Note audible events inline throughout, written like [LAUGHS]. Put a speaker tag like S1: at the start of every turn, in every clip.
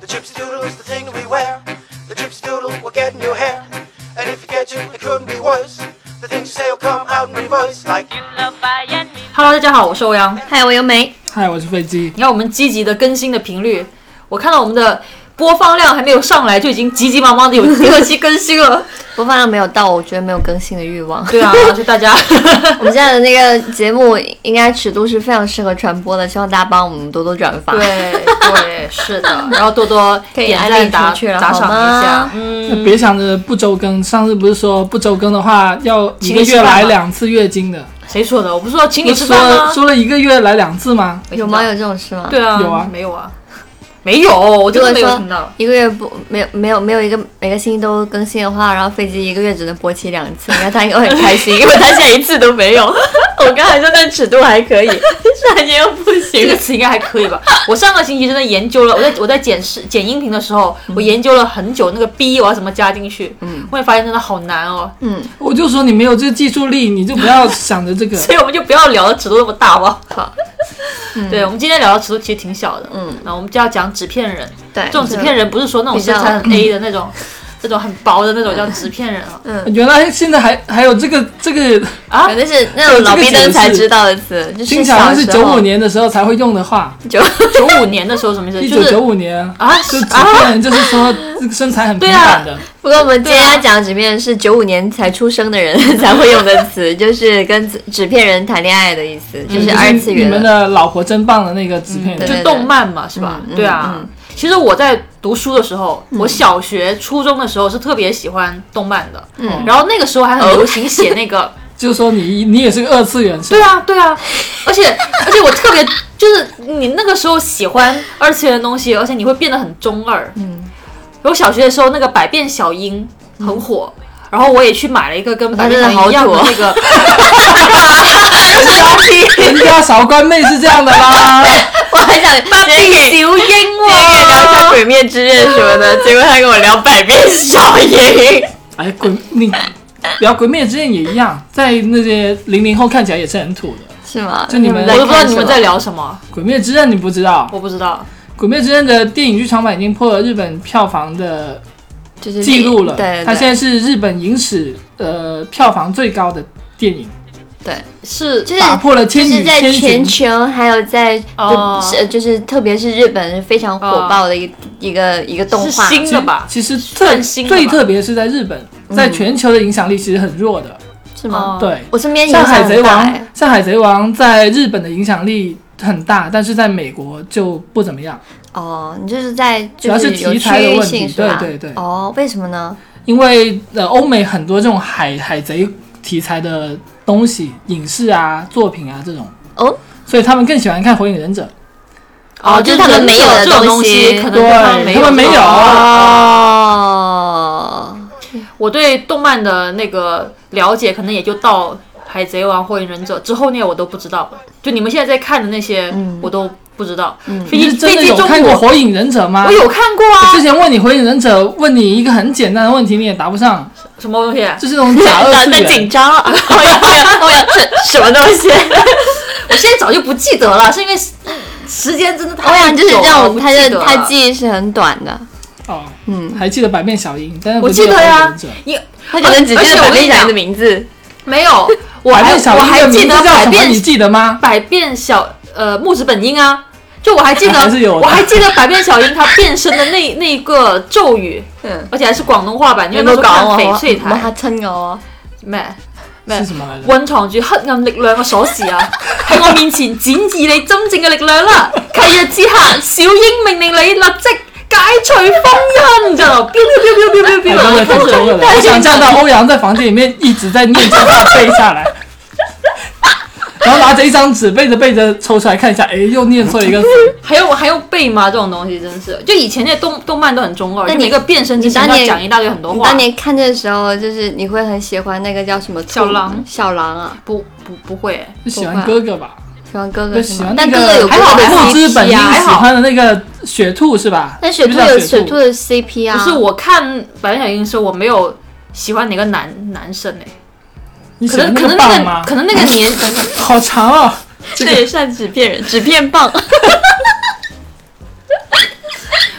S1: The gypsy doodle is the thing that we wear. The gypsy doodle will get in your hair. And if you get you, it couldn't be worse. The things you say will come out in reverse. Like,
S2: You love by and me.
S3: Hello，大家好，我是欧阳。
S4: 嗨，我又没。
S5: 嗨，我是飞机。
S3: 你看我们积极的更新的频率，我看到我们的播放量还没有上来，就已经急急忙忙的有第二期更新了。
S4: 播放量没有到，我觉得没有更新的欲望。
S3: 对啊，
S4: [LAUGHS]
S3: 所以大家
S4: 我们现在的那个节目应该尺度是非常适合传播的，希望大家帮我们多多转发。
S3: [LAUGHS] 对，对是的， [LAUGHS] 然后多多
S4: 可以
S3: 点
S4: 安
S3: 赞
S4: 利
S3: 打
S4: 出去了
S3: 打
S4: 好
S3: 赏一下
S4: 吗，
S3: 嗯，
S5: 别想着不周更，上次不是说不周更的话，要一
S3: 请
S5: 个
S3: 你吃
S5: 月
S3: 饭
S5: 来
S3: 吗
S5: 两次月经的。
S3: 谁说的？我不是说请
S5: 不
S3: 你
S5: 是
S3: 吃饭
S5: 说
S3: 吗？
S5: 说了一个月来两次吗？
S3: 没
S4: 有
S3: 听
S4: 吗？
S3: 到
S4: 有这种事吗？，
S3: 对啊，
S5: 有啊
S3: 没有啊，没有，我
S4: 如
S3: 真
S4: 果
S3: 的没有
S4: 说
S3: 听到。
S4: 一个月不没有没有没有一个每个星期都更新的话，然后飞机一个月只能播期两次，你看他应该会很
S3: [LAUGHS]
S4: 开心，因为他现在一次都没有。 [LAUGHS] 我刚才说那尺度还
S3: [LAUGHS]
S4: 可以，突然间又不
S3: 这
S4: 行
S3: 个
S4: 了。
S3: 词应该还可以吧？我上个星期真的研究了，我在我在剪视剪音频的时候，
S4: 嗯
S3: 我研究了很久那个 B 我要怎么加进去，嗯，后面发现真的好难哦，
S4: 嗯
S5: 我就说你没有这个技术力，你就不要想着这个。
S3: 所以我们就不要聊的尺度那么大吧。
S4: 好，
S3: [LAUGHS]
S4: 嗯
S3: 对，我们今天聊的尺度其实挺小的，嗯，那我们就要讲纸片人，
S4: [LAUGHS] 对，
S3: 这种纸片人不是说那种
S4: 比较
S3: 身材很 A 的那种，这种很薄的那种叫纸片人啊，
S5: 原来现在还还有这个这个，
S3: 啊
S4: 可，能嗯是那种老逼灯才知道的词，就
S5: 听
S4: 是
S5: 起
S4: 小
S5: 来像是
S4: 时
S5: 九五
S4: 候
S5: 年的时候才会用的话，
S4: [LAUGHS] 九
S3: 九五年的时候什么意思？
S5: 一
S3: 就
S5: 九
S3: 是
S5: 九五年啊，
S3: 啊
S5: 就纸
S3: 啊，
S5: 片人就是说这个身材很平凡的，
S4: 不过我们今天要讲的纸片人是九五年才出生的人才会用的词，就是跟纸纸片人谈恋爱的意思，就
S5: 就是
S4: 二次
S5: 你
S4: 元
S5: 们
S4: 的。
S5: 的老婆真棒的那个纸片
S4: 对
S5: 人。
S3: 就动漫嘛，是吧？
S4: 嗯
S3: 对啊
S4: 嗯。
S3: 其实我在读书的时候，我小学、初中的时候是特别喜欢动漫的，嗯，然后那个时候还很流行写那
S4: [LAUGHS]
S3: 个，
S5: 就是说你你也是个二次元，是吧
S3: 对啊，对啊，而且而且我特别就是你那个时候喜欢二次元的东西，而且你会变得很中二，嗯，我小学的时候那个百变小樱很火。
S4: 嗯
S3: 然后我也去买了一个跟百变小樱一样的那
S4: [LAUGHS]
S3: 个，
S5: 人家韶关妹是这样的啦。
S4: [LAUGHS] 我还想
S3: 百
S4: 直接
S3: 变
S4: 给
S3: 小樱
S4: 可 [LAUGHS] 以聊一下《
S3: 哦，
S4: 鬼灭之刃》什么的，结果他跟我聊《百变小樱》。
S5: [LAUGHS] 哎，鬼你聊《鬼灭之刃》也一样，在那些零零后看起来也是很土的。
S4: 是吗？
S5: 就你
S4: 们
S5: 们
S3: 我
S4: 在
S3: 都不知道
S4: 看
S3: 你
S4: 什
S3: 们
S4: 么
S3: 在聊什么，
S5: 《鬼灭之刃》你不知道，
S3: 我不知道。
S5: 《鬼灭之刃》的电影剧场版已经破了日本票房的
S4: 就是
S5: 记录了，
S4: 对，对
S5: 它现在是日本影史呃票房最高的电影，
S4: 对，
S3: 是
S4: 就是
S5: 打破了
S4: 就
S5: 千
S4: 是
S5: 与
S4: 在
S5: 千
S4: 全
S5: 寻。
S4: 球还有在
S3: 哦
S4: 就是就是特别是日本是非常火爆的一个一个一个动
S3: 是
S4: 画。
S3: 新的吧？
S5: 其实
S3: 算
S5: 特
S3: 新的吧
S5: 最特别是在日本，
S4: 嗯
S5: 在全球的影响力其实很弱的。
S4: 是吗？
S3: 哦
S5: 对，
S4: 我身边影
S5: 像
S4: 响
S5: 海
S4: 很
S5: 贼
S4: 大
S5: 王
S4: 哎，，
S5: 像海贼王在日本的影响力很大，但是在美国就不怎么样。
S4: 哦，你就是在
S5: 主
S4: 就
S5: 要是
S4: 有区
S5: 题材的
S4: 域
S5: 问
S4: 性
S5: 题
S4: 是吧？
S5: 对对对
S4: 哦，为什么呢？
S5: 因为呃，欧美很多这种海海贼题材的东西，影视啊、作品啊这种，
S4: 哦，
S5: 所以他们更喜欢看《火影忍者
S4: 哦就是他们没有的
S3: 这种
S4: 东西
S3: 可》能
S5: 对，
S3: 是
S5: 他
S3: 他
S5: 们
S3: 们
S5: 没
S3: 没
S5: 有。
S4: 哦，
S3: 我对动漫的那个了解，可能也就到《海贼王》《火影忍者》之后那些我都不知道。就你们现在在看的那些，
S4: 嗯
S3: 我都不知道。飞
S5: 你
S3: 机
S5: 是真
S3: 飞
S5: 的
S3: 机
S5: 有
S3: 中
S5: 看过《
S3: 国，
S5: 火影忍者》吗？
S3: 我有看过
S5: 我
S3: 啊
S5: 之。前问你《火影忍者》，问你一个很简单的问题，你也答不上，
S3: 什么东西？啊
S5: 就是那种假二
S3: [LAUGHS]
S4: 搞
S5: 次
S4: 哦得
S5: 元。
S4: 紧张了， [LAUGHS] 我要我要我要这什么东 [LAUGHS] 西？
S3: 我现在早就不记得了，是因为时时间真的
S4: 欧
S3: 太
S4: 阳
S3: 久
S4: 就是这
S3: 了
S4: 样，
S3: 我
S4: 他
S3: 就
S4: 的他记忆是很短的，
S5: 哦，
S4: 嗯，
S5: 还记得百变小樱，但是
S3: 我
S5: 不
S3: 记
S5: 记
S3: 得啊
S5: 火影
S3: 呀
S5: 忍者。。
S3: 你
S4: 他可能只记
S3: 而且
S4: 得
S3: 我
S4: 本
S3: 跟你
S4: 命
S3: 讲
S4: 的名字。
S3: 没有，我
S5: 百
S3: 还
S5: 变小
S3: 我
S5: 樱
S3: 还
S5: 的
S3: 记
S5: 名
S3: 得
S5: 字叫
S3: 百
S5: 什么？
S3: 变
S5: 你记得吗？
S3: 百变小呃木子本樱啊，就我还记得，
S5: [LAUGHS] 还是有的
S3: 我还记得百变小樱她变身的那那一个咒语，
S4: 嗯，
S3: 而且还是广东话版，因为
S4: 有啊
S3: 那
S4: 冇
S3: 时候看
S4: 講我？
S3: 翡翠
S4: 冇嚇
S3: 台
S4: [LAUGHS] 親我？
S3: 咩
S5: 是
S3: 咩
S5: 什么来着？
S3: 隱藏住黑暗力量嘅鎖匙
S4: [LAUGHS]
S3: 啊，喺我面前展示你真正嘅力量啦！契約之下，小英命令你立即解除封印，就彪彪彪彪彪
S5: [LAUGHS] 我
S3: 彪，
S5: 真的太中
S3: [LAUGHS]
S5: 二了！ [LAUGHS] 我想象到欧阳在房间里面一直在念这句话背下来， [LAUGHS] 然后拿着一张纸背着背着抽出来看一下，哎，又念错一个词。
S3: 还用还用背吗？这种东西真是，就以前那动动漫都很中二，
S4: 那
S3: 就
S4: 你
S3: 每个变身之前
S4: 你
S3: 要
S4: 当年
S3: 讲一大堆很多
S4: 你
S3: 话
S4: 当。年看的时候，就是你会很喜欢那个叫什么兔
S3: 小狼
S4: 小狼啊，
S3: 不不不会，
S5: 就喜欢哥哥吧，
S4: 喜欢哥
S5: 就
S4: 哥
S5: 喜
S4: 是吗？
S5: 欢那
S4: 但
S5: 个
S4: 哥哥有哥
S5: 还好
S4: 哥的
S5: 还好日本
S4: CP
S5: 英
S4: 啊，
S5: 喜欢的那个雪兔是吧？
S4: 但雪兔
S5: 是不
S4: 有
S5: 是叫
S4: 雪
S5: 兔
S4: 兔，的 CP 啊。
S3: 不是我看《百变小樱》的时候，我没有喜欢哪个男男生哎、
S5: 你
S3: 可
S5: 喜欢
S3: 能可
S5: 那
S3: 能
S5: 个
S3: 那
S5: 棒
S3: 个
S5: 吗？
S3: 可能那个年，
S5: 好长哦，
S4: 这也算纸片人，纸片棒。
S3: [LAUGHS]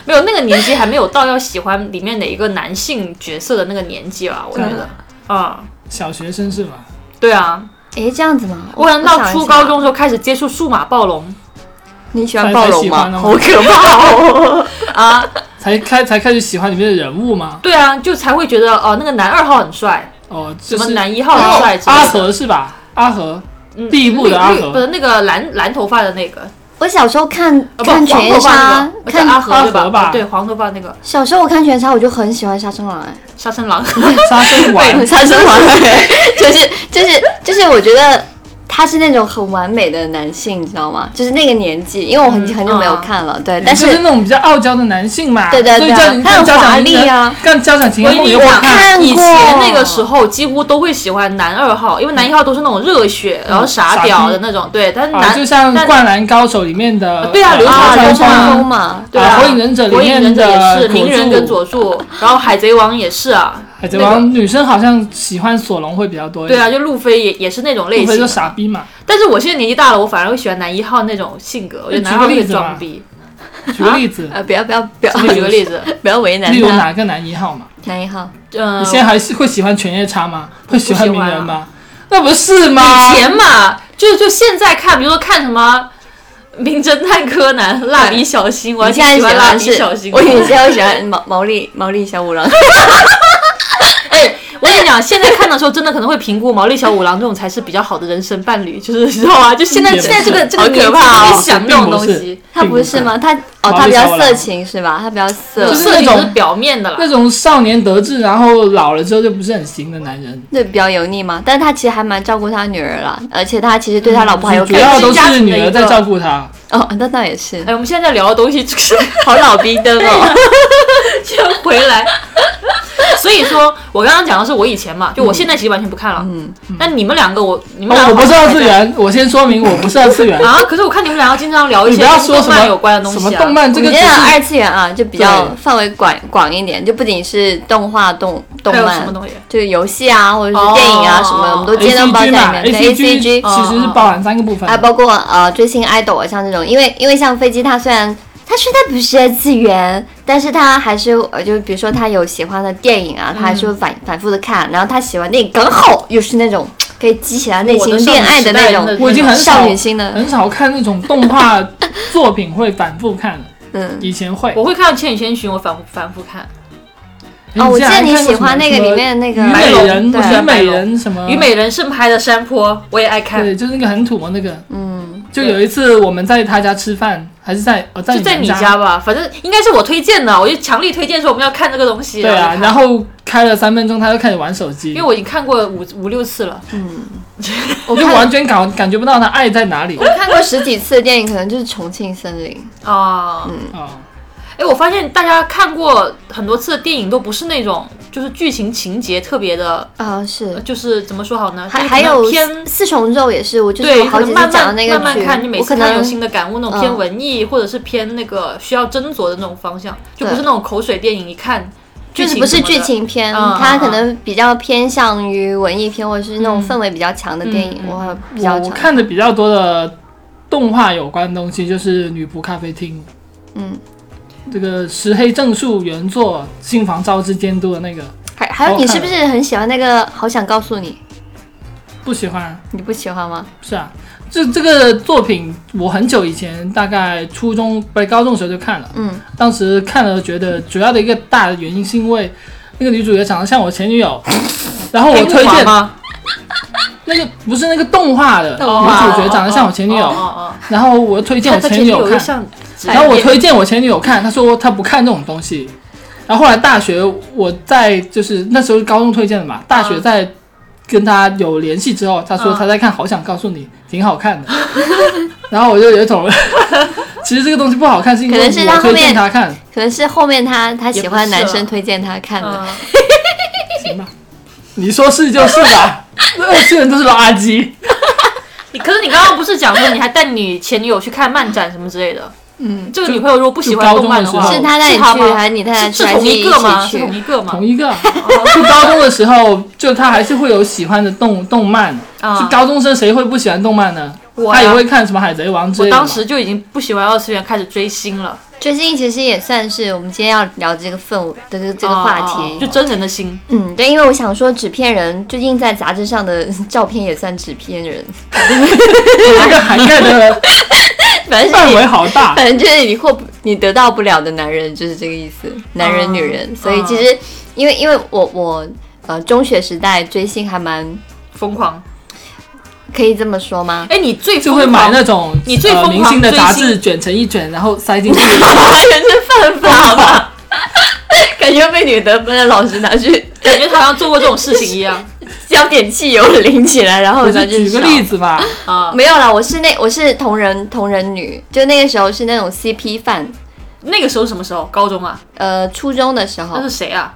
S3: 没有有那个年纪还没有到要喜欢里面哪一个男性角色的那个年纪吧，我觉得啊、
S5: 小学生是吧？
S3: 对啊，
S4: 诶，这样子吗？
S3: 我想到
S4: 想一
S3: 初
S4: 下
S3: 高中的时候开始接触数码暴龙，
S4: 你喜
S5: 才
S4: 欢暴
S5: 才
S4: 龙
S5: 喜欢
S4: 吗？
S5: 哦
S4: 好可怕哦！
S3: 啊，
S5: 才开才开始喜欢里面的人物吗？
S3: 对啊，就才会觉得哦，那个男二号很帅，
S5: 哦，
S3: 什
S5: 就
S3: 么
S5: 是
S3: 男一号很帅之类的，
S5: 阿和是吧？阿和，
S3: 嗯
S5: 第一部的阿
S3: 绿绿不
S5: 和，
S3: 是那个蓝蓝头发的那个，
S4: 我小时候看
S3: 啊不
S4: 看
S3: 黄
S4: 犬
S3: 头
S4: 夜
S3: 发
S4: 叉
S3: 那个，我叫啊阿
S4: 看
S3: 和对
S5: 阿
S3: 吧？
S5: 和吧
S3: 对，黄头发那个
S4: 小时候我看犬夜叉，我就很喜欢杀生
S3: [LAUGHS]
S4: 丸，哎
S3: 杀生
S5: [LAUGHS]
S3: 狼，
S5: 杀生丸，
S4: 杀生丸， [LAUGHS] 就是就是就是，我觉得他是那种很完美的男性，你知道吗？就是那个年纪，因为我很
S3: 嗯
S4: 很久没有
S3: 啊
S4: 看了，对，但
S5: 就是是那种比较傲娇的男性嘛。
S4: 对对
S5: 所以
S4: 对啊
S5: 叫你
S4: 他
S5: 看
S4: 很
S5: 交
S4: 华
S5: 响
S4: 丽
S5: 情人
S4: 啊，
S5: 看交响情人梦也
S3: 我
S5: 好看。
S4: 看过
S3: 以前那个时候几乎都会喜欢男二号，因为男一号都是那种热血，然后傻屌的那种，对，但是
S5: 嗯啊，
S3: 男
S5: 就像《
S3: 但
S5: 灌篮高手》里面的
S3: 啊对啊
S5: 呃
S3: 流川
S5: 流
S4: 啊，
S3: 川
S4: 流
S5: 川
S4: 川
S5: 枫
S4: 枫嘛，
S3: 对啊，
S5: 啊火影忍者里
S3: 火影
S5: 面
S3: 忍者也是
S5: 的
S3: 鸣人跟
S5: 佐
S3: 佐助，然后海贼王也是啊，
S5: 海贼
S3: 那个
S5: 王哎女生好像喜欢索隆会比较多一
S3: 对
S5: 点，
S3: 啊，就路飞也也是啊那种类
S5: 除非就
S3: 型。
S5: 傻逼嘛。
S3: 但是我现在年纪大了，我反而会喜欢男一号那种性格，我觉得
S5: 举
S3: 男二号
S5: 个例
S3: 会
S5: 子吧
S3: 装逼。 [LAUGHS]
S5: 举个例子，
S4: 啊，不要不要不要
S3: 我举个例子，
S4: 不要为难
S5: 例如
S4: 他，哎
S5: 哪个男一号嘛？
S4: 男一号。
S3: 嗯，
S5: [LAUGHS] 你现在还是会喜欢犬夜叉吗？会喜欢鸣人
S3: 不喜欢
S5: 吗？那不是吗？
S3: 以前嘛，就就现在看，比如说看什么《名侦探柯南》《蜡笔小新》，我还
S4: 你
S3: 挺
S4: 现在
S3: 喜欢
S4: 喜
S3: 蜡
S4: 欢
S3: 笔
S4: 是
S3: 小新，的。
S4: 我以为你
S3: [LAUGHS]
S4: 现在会喜欢毛毛利毛利小五郎，
S3: 哎，我跟你讲，现在看的时候真的可能会评估毛利小五郎这种才是比较好的人生伴侣，就是知道吗？就 [LAUGHS] 现在
S5: 也不
S3: 现在这个
S5: 是
S3: 这个
S4: 好
S3: 年纪
S4: 可怕哦
S3: 会想这种东
S5: 并不
S3: 西
S5: 是，
S4: 他不是吗？他哦，
S5: 毛利
S4: 他比较
S5: 小五郎
S4: 色情是吧？他比较色
S3: 就
S5: 就是
S3: 色
S5: 那
S3: 情
S5: 种
S3: 是表面的啦。
S5: 那种少年得志，然后老了之后就不是很行的男人，
S4: 对，比较油腻嘛，但是他其实还蛮照顾他女儿啦，而且他其实对他老婆还有
S5: 主
S4: 感
S5: 要
S4: 情
S5: 都是女儿在照顾他。
S4: 哦，那倒也是，
S3: 哎，我们现在在聊的东西就是 [LAUGHS]
S4: 好老逼灯哦，
S3: 先回来。所以说，我刚刚讲的是我以前嘛，就我现在其实完全不看了。嗯，那你们两个，我你们
S5: 哦
S3: 两个
S5: 我
S3: 好
S5: 不
S3: 像
S5: 是二次
S3: 还在
S5: 元，我先说明我不是二次元。
S3: 啊，可是我看你们两个经常聊一
S5: 你
S3: 些
S5: 不要
S3: 跟
S5: 说
S3: 动
S5: 什
S3: 漫
S5: 么
S3: 有关的东西、啊，
S5: 什么动漫，这
S4: 我
S5: 个
S4: 们今
S5: 只
S4: 天讲
S5: 是
S4: 二次元啊，就比较
S5: 对
S4: 范围广广一点，就不仅是动画、动动
S3: 还有什么
S4: 漫，
S3: 东西？
S4: 就是游戏啊，或者是电影啊
S3: 哦
S4: 什么的，我们都
S5: A
S4: 接到
S5: C
S4: 包在
S5: G 嘛
S4: 里面。
S5: ，A
S4: 对
S5: C
S4: ，A C
S5: G 哦
S4: G
S5: 其实是包含三个部分
S3: 啊
S4: 还
S5: 的。
S4: 包括呃追星 idol 啊，像这种，因为因为像飞机，它虽然它虽然不是二次元，但是它还是呃，就比如说它有喜欢的电影啊，它还
S3: 嗯
S4: 是会反、反复的看，然后它喜欢电影刚好又是那种可以激起他内心恋爱的那
S3: 我的少女时代的
S4: 种
S5: 我已经很
S4: 少
S5: 少
S4: 女心的，
S5: 很少看那种动画作品会反复看了，
S4: 嗯。
S5: 以前会。
S3: 我会看《千与千寻》，我反复反复看
S4: 哦，我记得
S5: 竟然
S4: 你
S5: 看过
S4: 喜欢
S5: 什么
S4: 那个
S5: 什么
S4: 里面那个
S5: 虞
S3: 白
S5: 美
S3: 龙啊
S5: 人，啊
S4: 对
S5: 虞
S3: 白
S5: 美
S3: 龙
S5: 人什么？
S3: 《虞美人盛开的山坡》，我也爱看。
S5: 对，就是那个很土嘛，那个。
S4: 嗯，
S5: 就有一次我们在他家吃饭，还是在哦，在
S3: 就在
S5: 你
S3: 你
S5: 们
S3: 家吧，反正应该是我推荐的，我就强力推荐说我们要看这个东西。
S5: 对
S3: 就
S5: 啊，
S3: 看
S5: 然后开了三分钟，他就开始玩手机，
S3: 因为我已经看过五五六次了，
S5: 我就完全感感觉不到他爱在哪里
S4: 我看过十几次的电影，可能就是《重庆森林》。
S3: 啊，
S5: 啊。
S3: 哎，我发现大家看过很多次的电影都不是那种就是剧情情节特别的，
S4: 啊，
S3: 呃
S4: 是，
S3: 就是怎么说好呢？
S4: 还
S3: 就是
S4: 还
S3: 可能
S4: 有
S3: 偏
S4: 四四重奏也是，我就是
S3: 对，
S4: 我好
S3: 可
S4: 几
S3: 能
S4: 次
S3: 慢
S4: 讲的
S3: 慢
S4: 那
S3: 慢
S4: 个
S3: 慢
S4: 剧，
S3: 看，你每
S4: 我可
S3: 次看有
S4: 能
S3: 新的感悟，那种
S4: 嗯
S3: 偏文艺、或者是偏那个需要斟酌的那种方向，就
S4: 对
S3: 不是那种口水电影，一看剧
S4: 就是
S3: 情
S4: 不是
S3: 什么
S4: 剧
S3: 的，
S5: 哦
S4: 情片，
S3: 嗯
S4: 它
S3: 嗯
S4: 可
S3: 嗯
S4: 能比较偏向于文艺片或者是那种氛围比较强的电影，
S3: 嗯嗯
S4: 我还比较
S5: 我
S4: 常
S5: 看的比较多的动画有关的东西就是《女仆咖啡厅》，
S4: 嗯，
S5: 这个石黑正数原作，新房昭之监督的那个，
S4: 还还有
S5: 我
S4: 你
S5: 看
S4: 是不是很喜欢那个《好想告诉你》？
S5: 不喜欢。
S4: 你不喜欢吗？
S5: 是啊，这这个作品我很久以前，大概初中不是高中的时候就看了。
S4: 嗯，
S5: 当时看了觉得主要的一个大的原因是因为那个女主角长得像我前女友，然后我
S3: 黑木
S5: 推
S3: 华
S5: 荐
S3: 吗？
S5: 那个不是那个动画的女
S4: 动画
S5: 主角长得像我前女
S3: 哦
S5: 友，
S3: 哦
S5: 然后我推
S3: 哦，
S5: 荐我前女友
S3: 又
S5: 看，
S3: 像，
S5: 然后我推荐我前女友看，她说她不看这种东西。然后后来大学我在就是那时候是高中推荐的嘛，大学
S3: 嗯
S5: 在跟她有联系之后，她说
S3: 嗯
S5: 她在看《好想告诉你》，挺好看的。然后我就有一种， [LAUGHS] 其实这个东西不好看，是因
S4: 可
S5: 为
S4: 能是她
S5: 我
S4: 后
S5: 推
S4: 面
S5: 荐她看，
S4: 可能是后面他他喜欢的
S3: 也
S4: 男
S3: 不是啊
S4: 生推荐他看的，
S3: 嗯
S5: 行吧？你说是就是
S4: [LAUGHS]
S5: 吧，那二次元都是垃圾。
S3: 你可是你刚刚不是讲说你还带你前女友去看漫展什么之类的？嗯，这个女朋友如果不喜欢动漫话，
S5: 就
S4: 是
S5: 就
S4: 他带你去
S3: 吗
S4: 还是你带他去
S3: 是
S4: 还
S3: 同
S4: 是
S3: 一
S4: 一
S3: 个吗？
S4: 起
S3: 是同
S4: 去？
S3: 一个吗
S4: [LAUGHS]
S5: 同？一个，就高中的时候，就他还是会有喜欢的动动漫。
S4: 嗯
S3: 啊
S5: 就高中生谁会不喜欢动漫呢？
S3: 我
S5: 他也
S4: 啊
S3: 呀
S5: 会看什么《海贼王》之
S3: 我
S5: 类的嘛。
S3: 当时就已经不喜欢二次元，开始追星了。
S4: 追星其实也算是我们今天要聊这个氛围的这个这个话
S3: 哦
S4: 题。
S3: 就真人的心，
S4: 嗯，对，因为我想说，纸片人最近在杂志上的 [LAUGHS] 照片也算纸片人，
S3: [LAUGHS]
S5: [LAUGHS] 这个涵盖的
S4: 反正
S5: 范
S4: 是
S5: 围
S4: 你，
S5: 好
S4: [LAUGHS]
S5: 大。
S4: 反正就是你获不你得到不了的男人，就是这个意思，男
S5: 嗯
S4: 人、女人。所以其实，因为因为我我呃中学时代追星还蛮
S3: 疯狂。
S4: 可以这么说
S5: [LAUGHS]
S4: 吗？
S3: 哎，你最
S5: 就
S3: 疯
S5: 会
S3: 狂
S5: 买那种
S3: 你最疯
S5: 呃、
S3: 狂
S5: 明星的杂
S3: 追
S5: 志，
S3: 星
S5: 卷成一卷，然后塞 [LAUGHS] 进去。
S4: 全是犯法吧？ [LAUGHS] 感觉被女德班的老师拿去 [LAUGHS]
S3: 感觉他好像做过这种事情一样
S4: 浇点汽油淋起来，然后
S5: 我
S4: 拿
S5: 就
S4: 去
S5: 举个
S4: 烧
S5: 例子吧，
S3: 啊。
S4: 没有啦，我是那我是同人同人女，就那个时候是那种 CP 范，
S3: 那个时候是什么时候？高中啊？
S4: 呃，初中的时候
S5: 嗯
S3: 那是谁啊？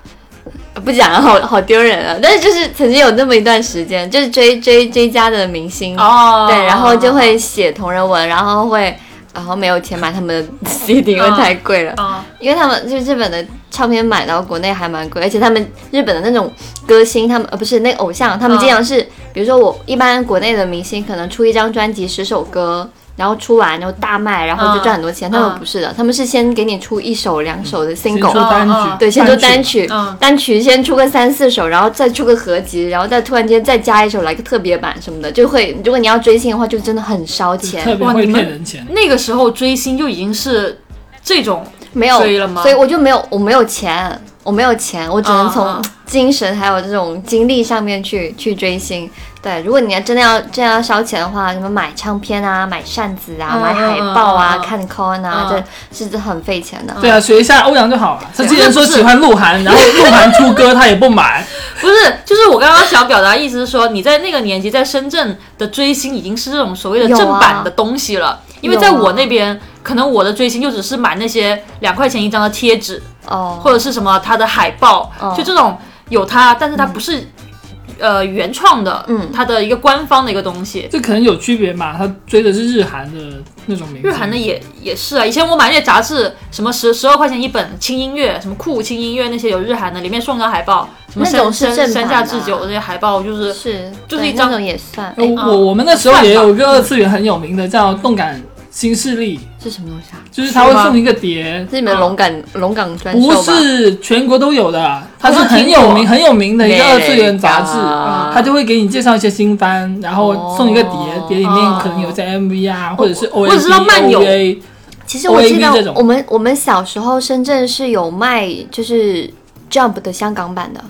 S4: 不讲了，好好丢人啊。但是就是曾经有那么一段时间，就是追追追家的明星，
S3: 哦，
S4: 对，然后就会写同人文，然后会。然后没有钱买他们的 [LAUGHS] CD，因为
S3: 嗯
S4: 太贵了。
S3: 啊，
S4: 因为他们就是日本的唱片买到国内还蛮贵，而且他们日本的那种歌星，他们呃不是那个偶像，他们
S3: 嗯
S4: 经常是，比如说我一般国内的明星可能出一张专辑十首歌，然后出完然后大卖，然后就赚很多钱。
S3: 嗯
S4: 他们不是的，他们是先给你出一首两首的
S5: 先出
S4: single，、
S5: 单
S3: 哦哦
S5: 曲，
S4: 对，先出单曲，
S3: 嗯
S4: 单曲先出个三四首，然后再出个合集，然后再突然间再加一首来个特别版什么的，就会如果你要追星的话，就真的很烧
S5: 特
S4: 钱，
S5: 别
S3: 哇
S5: 会
S3: 你们
S5: 骗人钱。
S3: 那个时候追星就已经是这种
S4: 没有
S3: 追了吗
S4: 所以我就没有，我没有钱，我没有钱，我只能从
S3: 嗯嗯
S4: 精神还有这种精力上面去去追星。对，如果你要真的要这样要烧钱的话，什么买唱片啊、买扇子啊、
S3: 嗯
S4: 买海报啊、
S3: 嗯嗯嗯
S4: 看 con 啊，
S3: 嗯
S4: 这是很费钱的。
S5: 对啊，学一下欧阳就好了。他之前说
S3: 不是
S5: 喜欢鹿晗，然后鹿晗出歌他也不买，
S3: 不是，就是我刚刚想表达的意思是说，你在那个年纪在深圳的追星已经是这种所谓的
S4: 啊
S3: 正版的东西了，因为在我那边，可能我的追星就只是买那些两块钱一张的贴纸，
S4: 哦，
S3: 或者是什么它的海报，
S4: 哦
S3: 就这种有它，但是它不是、呃原创的，
S4: 嗯
S3: 它的一个官方的一个东西。
S5: 这可能有区别嘛。他追的是日韩的那种明星，
S3: 日韩的也也是啊，以前我买那些杂志，什么十十二块钱一本轻音乐，什么酷轻音乐那些有日韩的，里面送张海报，什么
S4: 那种
S3: 山山
S4: 是正版
S3: 山
S4: 的啊
S3: 下智久这些海报，就是
S4: 是，
S3: 就是
S4: 对
S3: 一张哦
S4: 那种也算。
S5: 呃
S4: 哎，
S5: 我我们那时候也有一个二次元很有名的叫动感新势力，
S4: 是什么东西啊？
S5: 就是他会
S3: 是吗
S5: 送一个碟，
S4: 是你们龙港龙港专
S5: 啊不
S4: 售吧？
S5: 是全国都有的，它
S3: 我
S5: 是
S3: 都
S5: 很
S3: 听
S5: 有
S3: 过
S5: 名很有名的一个
S4: America
S5: 二次元杂志，
S4: 嗯
S3: 啊
S5: 它就会给你介绍一些新番，然后送一个碟
S4: 哦，
S5: 碟里面可能有些 MV 啊，或者是 O
S3: 我只知道漫游
S5: O A，
S4: 其实我记
S5: OAV 这种
S4: 得我们我们小时候深圳是有卖就是 Jump 的香港版的。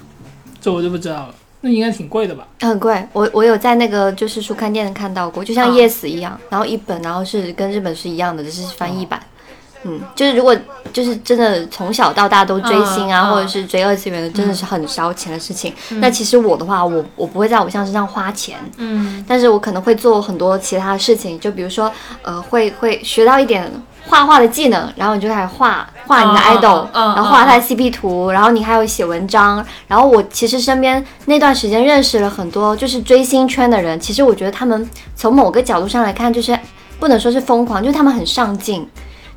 S5: 这我就不知道了，那应该挺贵的吧？
S4: 很贵，我我有在那个就是书刊店看到过，就像
S3: 啊
S4: Yes 一样，然后一本，然后是跟日本是一样的，只是翻译
S5: 啊
S4: 版。嗯，就是如果就是真的从小到大都追星啊，
S3: 嗯嗯
S4: 或者是追二次元的，真的是很烧钱的事情。
S5: 嗯
S4: 那其实我的话，我我不会在偶像身上花钱，
S3: 嗯，
S4: 但是我可能会做很多其他事情，就比如说呃，会会学到一点。画画的技能，然后你就开始画画你的
S3: 嗯
S4: idol，、
S3: 嗯嗯
S4: 然后画他的 CP 图，然后你还有写文章。然后我其实身边那段时间认识了很多就是追星圈的人，其实我觉得他们从某个角度上来看，就是不能说是疯狂，就是他们很上进。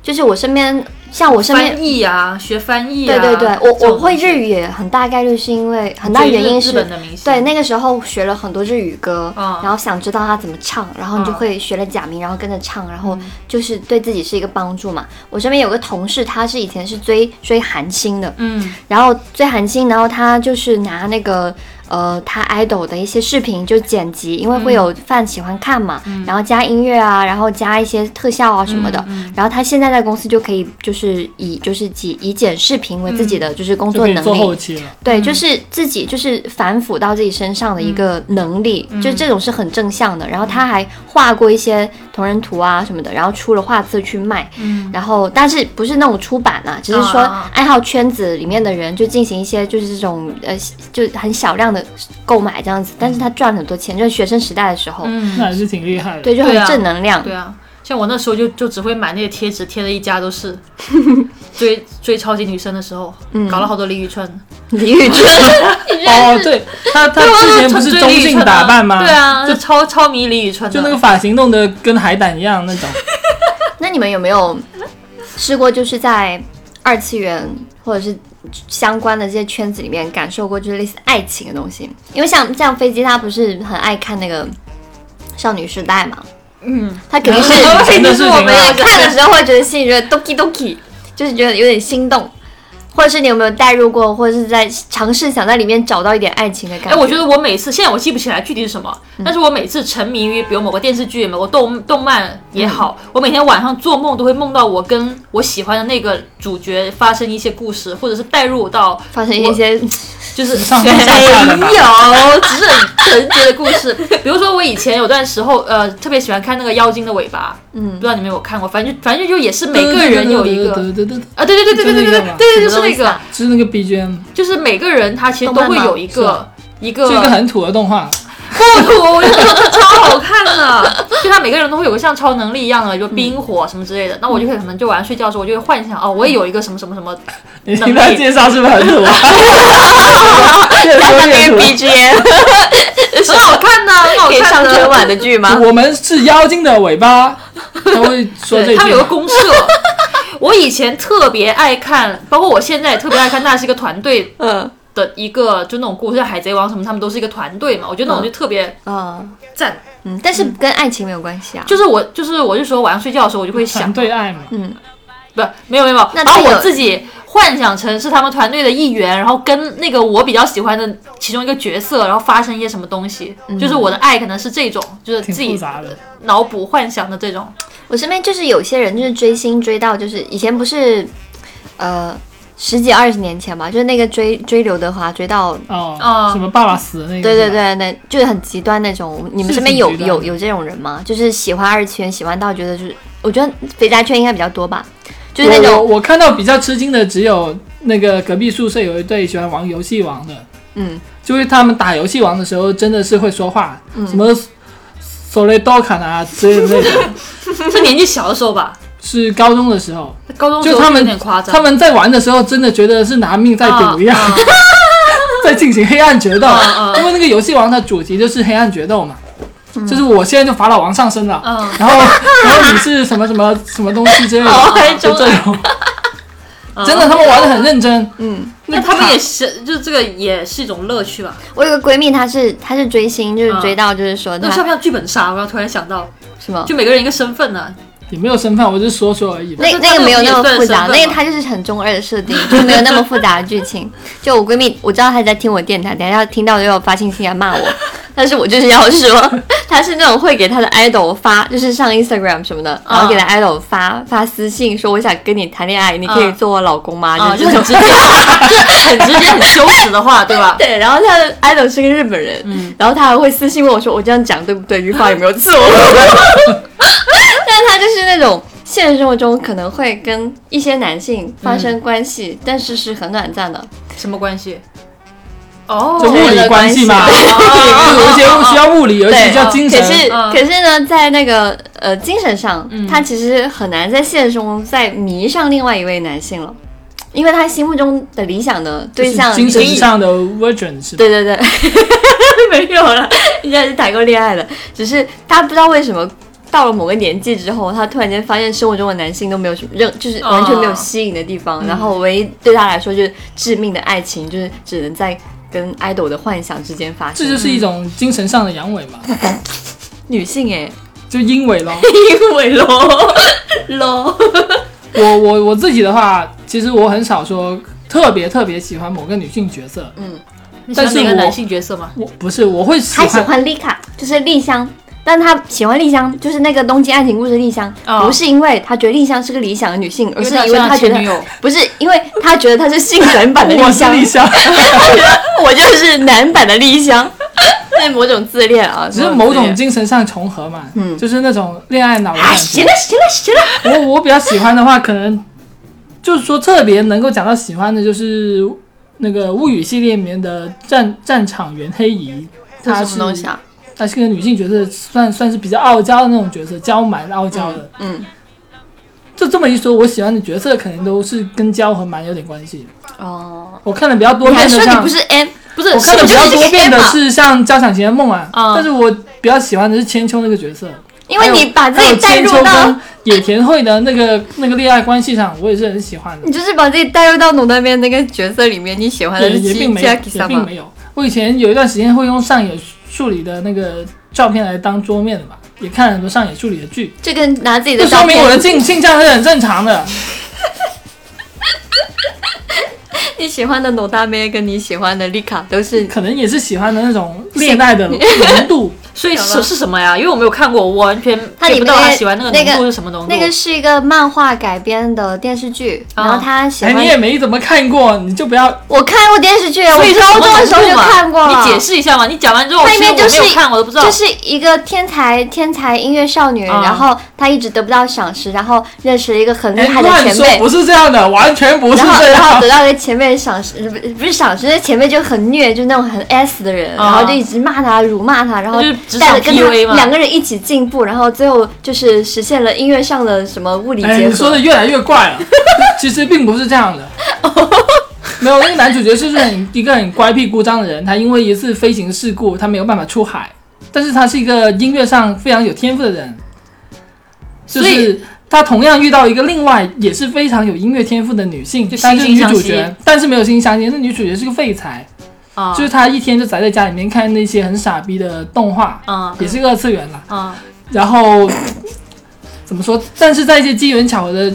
S4: 就是我身边，像我身边
S3: 翻译啊，学翻译啊，
S4: 对对对，
S3: 这
S4: 我我
S3: 种
S4: 会日语也很大概率是因为很大原
S3: 追
S4: 因
S3: 日
S4: 是
S3: 日本的明星
S4: 对那个时候学了很多日语歌，
S3: 嗯
S4: 然后想知道它怎么唱，然后你就
S3: 嗯
S4: 会学了假名，然后跟着唱，然后就是对自己是一个帮助嘛。我身边有个同事，他是以前是追追韩星的，
S3: 嗯
S4: 然后追韩星，然后他就是拿那个呃他 idol 的一些视频就剪辑，因为会
S5: 嗯
S4: 有饭喜欢看嘛，然后加音乐啊，然后加一些特效啊什么的。
S5: 嗯
S4: 然后他现在在公司就可以就是以就是以以剪视频为自己的就是工
S5: 嗯就
S4: 作
S5: 可以
S4: 能
S5: 做
S4: 力，
S5: 后期了。
S4: 对，
S3: 嗯
S4: 就是自己就是反腐到自己身上的一个
S3: 嗯
S4: 能力，就这种是很正向的。然后他还画过一些同人图啊什么的，然后出了画册去卖。
S3: 嗯
S4: 然后但是不是那种出版啊，只是说
S3: 啊
S4: 爱好圈子里面的人就进行一些就是这种呃就很小量的购买这样子，但是他赚很多钱，就是学生时代的时候，
S5: 那
S3: 嗯，
S5: 还是挺厉害的。
S4: 对，就很
S3: 对啊
S4: 正能量。
S3: 对啊，像我那时候就就只会买那些贴纸，贴的一家都
S4: [LAUGHS]
S3: 是。追追超级女生的时候，
S4: 嗯
S3: 搞了好多李宇春，
S4: 李宇春，
S5: 哦，对，他他之前不是中性打扮吗？
S3: 啊对啊，
S5: 就
S3: 就超超迷李宇春的，
S5: 就那个发型弄得跟海胆一样那种。
S4: 那你们有没有试过，就是在二次元或者是相关的这些圈子里面，感受过就是类似爱情的东西？因为像像飞机，他不是很爱看那个少女时代嘛，
S3: 嗯，
S4: 他肯定是
S3: 哎
S5: 那是以前的
S4: 肯定
S5: 事情啊
S4: 我们
S5: 了
S4: 看的时候会觉得心里觉得 doki doki。就是觉得有点心动，或者是你有没有代入过，或者是在尝试想在里面找到一点爱情的感
S3: 哎，我觉
S4: 觉
S3: 得我每次现在我记不起来具体是什么，但是我每次沉迷于比如某个电视剧、某个动动漫也好，我每天晚上做梦都会梦到我跟我喜欢的那个主角发生一些故事，或者是带入到
S4: 发生一些
S3: 就是
S5: 上上下下的吧
S3: 没有，只是很纯洁的故事。比如说我以前有段时候，呃，特别喜欢看那个《妖精的尾巴》，嗯，不知道你们有没有看过，反正就反正就也是每个人有一个。啊，对对对对对对对对对，就是那个，
S5: 就是那个 BGM，
S3: 就是每个人他其实都会有一
S5: 动漫
S3: 个
S5: 吗
S3: 一个
S5: 就一个很土的动画，
S3: 不土，我就觉得超好看啊的。就他每个人都会有个像超能力一样的，就
S4: 嗯
S3: 冰火什么之类的。那我就会可能就晚上睡觉的时候，我就会幻想哦，我也有一个什么什么什
S4: [LAUGHS]
S3: 么。
S5: 你听他介绍是不是很土啊？越说 [LAUGHS] 越土。
S4: BGM
S3: [LAUGHS] 很好看的，很好
S4: 可以
S3: 看
S4: 上
S3: 的。
S4: 春晚 [LAUGHS] 的剧吗？
S5: 我们是妖精的尾巴，他会说这
S3: 对，
S5: 句
S3: 他
S5: 吗。
S3: 们有个公社。哦 [LAUGHS] 我以前特别爱看，包括我现在也特别爱看，那是一个团队
S4: 嗯
S3: 的一个，就那种故事，像海贼王什么，他们都是一个团队嘛。我觉得那
S4: 嗯
S3: 种就特别
S4: 啊
S3: 赞。
S4: 嗯，但是跟爱情没有关系啊。
S3: 就是我，就是我就说晚上睡觉的时候，我就会想
S5: 团，队爱嘛，
S4: 嗯
S3: 不，没有没有，没有
S4: 那
S3: 把
S4: 这个
S3: 我自己幻想成是他们团队的一员，然后跟那个我比较喜欢的其中一个角色，然后发生一些什么东西，就是我的爱可能是这种，就是
S5: 挺
S3: 自
S5: 复
S3: 己
S5: 杂的。
S3: 脑补幻想的这 [LAUGHS] 种。
S4: 我身边就是有些人就是追星追到就是以前不是，呃，十几二十年前吧，就是那个追追刘德华追到，
S5: 哦
S3: 哦，
S5: 什么爸爸死的那个？
S4: 对对，对，那就是很极端那种。你们身边有
S5: 是挺极端的
S4: 有有这种人吗？就是喜欢二次元，喜欢到觉得就是，我觉得肥宅圈应该比较多吧，就是那
S5: 我我
S4: 种
S5: 我看到比较吃惊的只有那个隔壁宿舍有一对喜欢玩游戏王的，
S4: 嗯，
S5: 就是他们打游戏王的时候真的是会说话，什么 s o l i d o k a n 啊之类的那种，
S3: 是年纪小的时候吧，
S5: 是高中的时候，
S3: 高中的时
S5: 就
S3: 候
S5: 他
S3: 哦有
S5: 们
S3: 点夸张。
S5: 他们在玩的时候真的觉得是拿命在赌一样，
S3: 啊
S5: [LAUGHS] 在进行黑暗决斗，
S3: 啊啊
S5: 因为那个游戏王它主题就是黑暗决斗嘛。就是我现在就法老王上身了，
S3: 嗯
S5: 然后然后你是什么什么什么东西之类
S3: 好
S5: 的，
S3: 嗨
S5: 就
S3: 哦中
S5: 这种， [LAUGHS] 真的他们玩的很认真，嗯，
S3: 那他们也是，就是这个也是一种乐趣吧。
S4: 我有个闺蜜，她是她是追星，
S5: 嗯
S4: 就是追到就是说
S3: 那哦像
S4: 她
S3: 不像剧本杀？我刚突然想到，
S4: 什么。
S3: 就每个人一个身份呢、
S5: 也没有身份，我就说说而已吧。
S4: 那
S3: 那
S4: 那
S3: 他
S4: 个没有
S3: 们
S4: 那么
S3: 也算
S4: 复杂，
S3: 身份
S4: 那个
S3: 吗
S4: 它就是很中二的设定，就没有那么复杂的剧
S3: [LAUGHS]
S4: 情。就我闺蜜，我知道她在听我电台，等一下听到就要发信息来骂我， [LAUGHS] 但是我就是要说， [LAUGHS] 她是那种会给她的 idol 发，就是上 Instagram 什么的，然后给她
S3: 啊
S4: idol 发发私信说我想跟你谈恋爱，你可以
S3: 嗯
S4: 做我老公吗？
S3: 啊，
S4: 就
S3: 就
S4: 这
S3: 很
S4: 种。
S3: 直接，很 [LAUGHS] 直接，很羞耻的话，对吧？
S4: 对，然后她的 idol 是个日本人，然后她还会私信问我说我这样讲对不对，语法有没有错？ [LAUGHS] 但她就是那种现实生活中可能会跟一些男性发生关系，但是是很短暂的。
S3: 什么关系？哦，
S5: 就物理关系嘛，
S4: 对
S5: [LAUGHS] 有一些需要物理，有一些
S4: 对
S5: 需要精
S4: 可
S5: 神。
S4: 是、
S3: 嗯
S4: 可是呢，在那个呃精神上，她其实很难在现实中再迷上另外一位男性了，因为她心目中的理想的对
S5: 是
S4: 象
S5: 精神
S4: 已经
S5: 上的 virgin 是吧？
S4: 对对对， [LAUGHS] 没有了，人家是谈过恋爱的，只是他不知道为什么到了某个年纪之后，他突然间发现生活中的男性都没有什么任，就是完全没有吸引的地
S5: 哦
S4: 方，然后唯一对他来说就是致命的爱情，就是只能在。跟爱豆的幻想之间发生，
S5: 这就是一种精神上的阳痿嘛，
S4: 女性哎、
S5: 就阴
S4: [LAUGHS]
S5: 痿咯。
S4: 因为咯咯，
S5: 我我我自己的话，其实我很少说特别特别喜欢某个女性角色，
S4: 嗯
S3: 你喜欢
S5: 但是
S3: 哪个
S5: 我
S3: 男性角色吗？
S5: 我不是我会喜
S4: 她喜
S5: 欢。
S4: 欢丽卡，就是丽香，但她喜欢丽香，就是那个《东京爱情故事》丽香，
S3: 哦
S4: 不是因为她觉得丽香是个理想的女性，而是
S3: 他
S4: 因为
S3: 像
S4: 她觉得
S3: 前女友
S4: 不是因为他觉得他是性感版的
S5: 我
S4: 丽
S5: 是
S4: 香，[LAUGHS]
S5: 丽香，
S4: 我就是男版的丽 [LAUGHS] 香，那某种自恋啊，
S5: 只是某种精神上重合嘛，就是那种恋爱脑的
S4: 嗯啊，
S5: 感
S4: 行
S5: 觉。
S4: 了行了行了，
S5: 我我比较喜欢的话，可能就是说特别能够讲到喜欢的，就是那个《物语》系列里面的战战场原黑姨，她是
S4: 啊？
S5: 她是个女性角色，算算是比较傲娇的那种角色，娇蛮傲娇的。
S4: 嗯，
S5: 就这么一说，我喜欢的角色可能都是跟娇和蛮有点关系。
S4: 哦，
S5: 我看的比较多
S4: 你还
S5: 遍的
S4: 说你
S5: 像
S4: 不，是 M，
S3: 不是，
S5: 我看的
S3: 是
S5: 比较
S3: 就是
S5: 多遍的
S3: 这个 M 啊
S5: 是像交响情人梦啊，
S3: 嗯
S5: 但是我比较喜欢的是千秋那个角色，
S4: 因为你把自
S5: 还有
S4: 己啊带
S5: 千
S4: 入
S5: 秋
S4: 到
S5: 跟，野田惠的那个那个恋爱关系上，我也是很喜欢的
S4: 你。就是把自己带入到农那边那个角色里面，你喜欢的
S5: 也
S4: 是啊
S5: 也并没有，
S4: Jackie
S5: 也并没有。我以前有一段时间会用上野树里的那个照片来当桌面的嘛，也看了很多上野树里的剧，
S4: 这跟拿自己
S5: 这
S4: 的
S5: 说
S4: 照
S5: 明
S4: 片
S5: 我的性性向是很正常的。
S4: [LAUGHS] 你喜欢的农大妹跟你喜欢的丽卡都是
S5: 可能也是喜欢的那种恋爱的浓度。
S3: 所以
S4: 懂了
S3: 是是什么呀？因为我没有看过，我完全
S4: 它
S3: get
S4: 里
S3: 不
S4: 面
S3: 到他喜欢那个
S4: 那
S3: 浓
S4: 个
S3: 度是什么浓度。
S4: 那个是一个漫画改编的电视剧，
S3: 啊
S4: 然后他喜
S5: 哎，
S4: 欢。
S5: 你也没怎么看过，你就不要
S4: 我看过电视剧，啊我
S3: 所以是
S4: 高
S3: 什么
S4: 中的时候
S3: 浓
S4: 就
S3: 度嘛
S4: 看过了。
S3: 你解释一下嘛？你讲完之后，
S4: 它
S3: 其
S4: 里
S3: 实
S4: 面
S3: 我
S4: 就
S3: 没
S4: 是
S3: 有看，我都不知道。
S4: 就是一个天才天才音乐少女，
S3: 啊
S4: 然后她一直得不到赏识，然后认识了一个很厉
S5: 哎
S4: 害的
S5: 乱
S4: 前
S5: 说，
S4: 辈。
S5: 不是这样的，完全不
S4: [LAUGHS]
S5: 是
S4: 然
S5: [LAUGHS]
S4: 后，
S5: 这
S4: 然后
S5: 样
S4: 得。到一个前辈的赏识，不是不是赏识，那前辈就很虐，就那种很 S 的人，
S3: 啊
S4: 然后就一直骂他、辱骂他，然后
S3: 就是职
S4: 带
S3: 场
S4: 着跟他
S3: PUA 嘛
S4: 两个人一起进步，然后最后就是实现了音乐上的什么物理
S5: 哎，
S4: 结
S5: 你说
S4: 合
S5: 的。越来越怪了， [LAUGHS] 其实并不是这样的。没有，那个男主角就是很一个很乖僻孤张的人，他因为一次飞行事故，他没有办法出海，但是他是一个音乐上非常有天赋的人，就
S3: 所
S5: 是
S3: 以
S5: 他同样遇到一个另外也是非常有音乐天赋的女性
S3: 就，惺
S5: 但是女
S3: 惺相
S5: 主
S3: 惜
S5: 角，但是没有惺惺相惜，那女主角是个废材，
S4: 哦
S3: 啊，
S5: 就是她一天就宅在家里面看那些很傻逼的动画，
S3: 啊
S5: 也是个二次元啦。
S3: 啊
S5: 然后怎么说？但是在一些机缘巧合的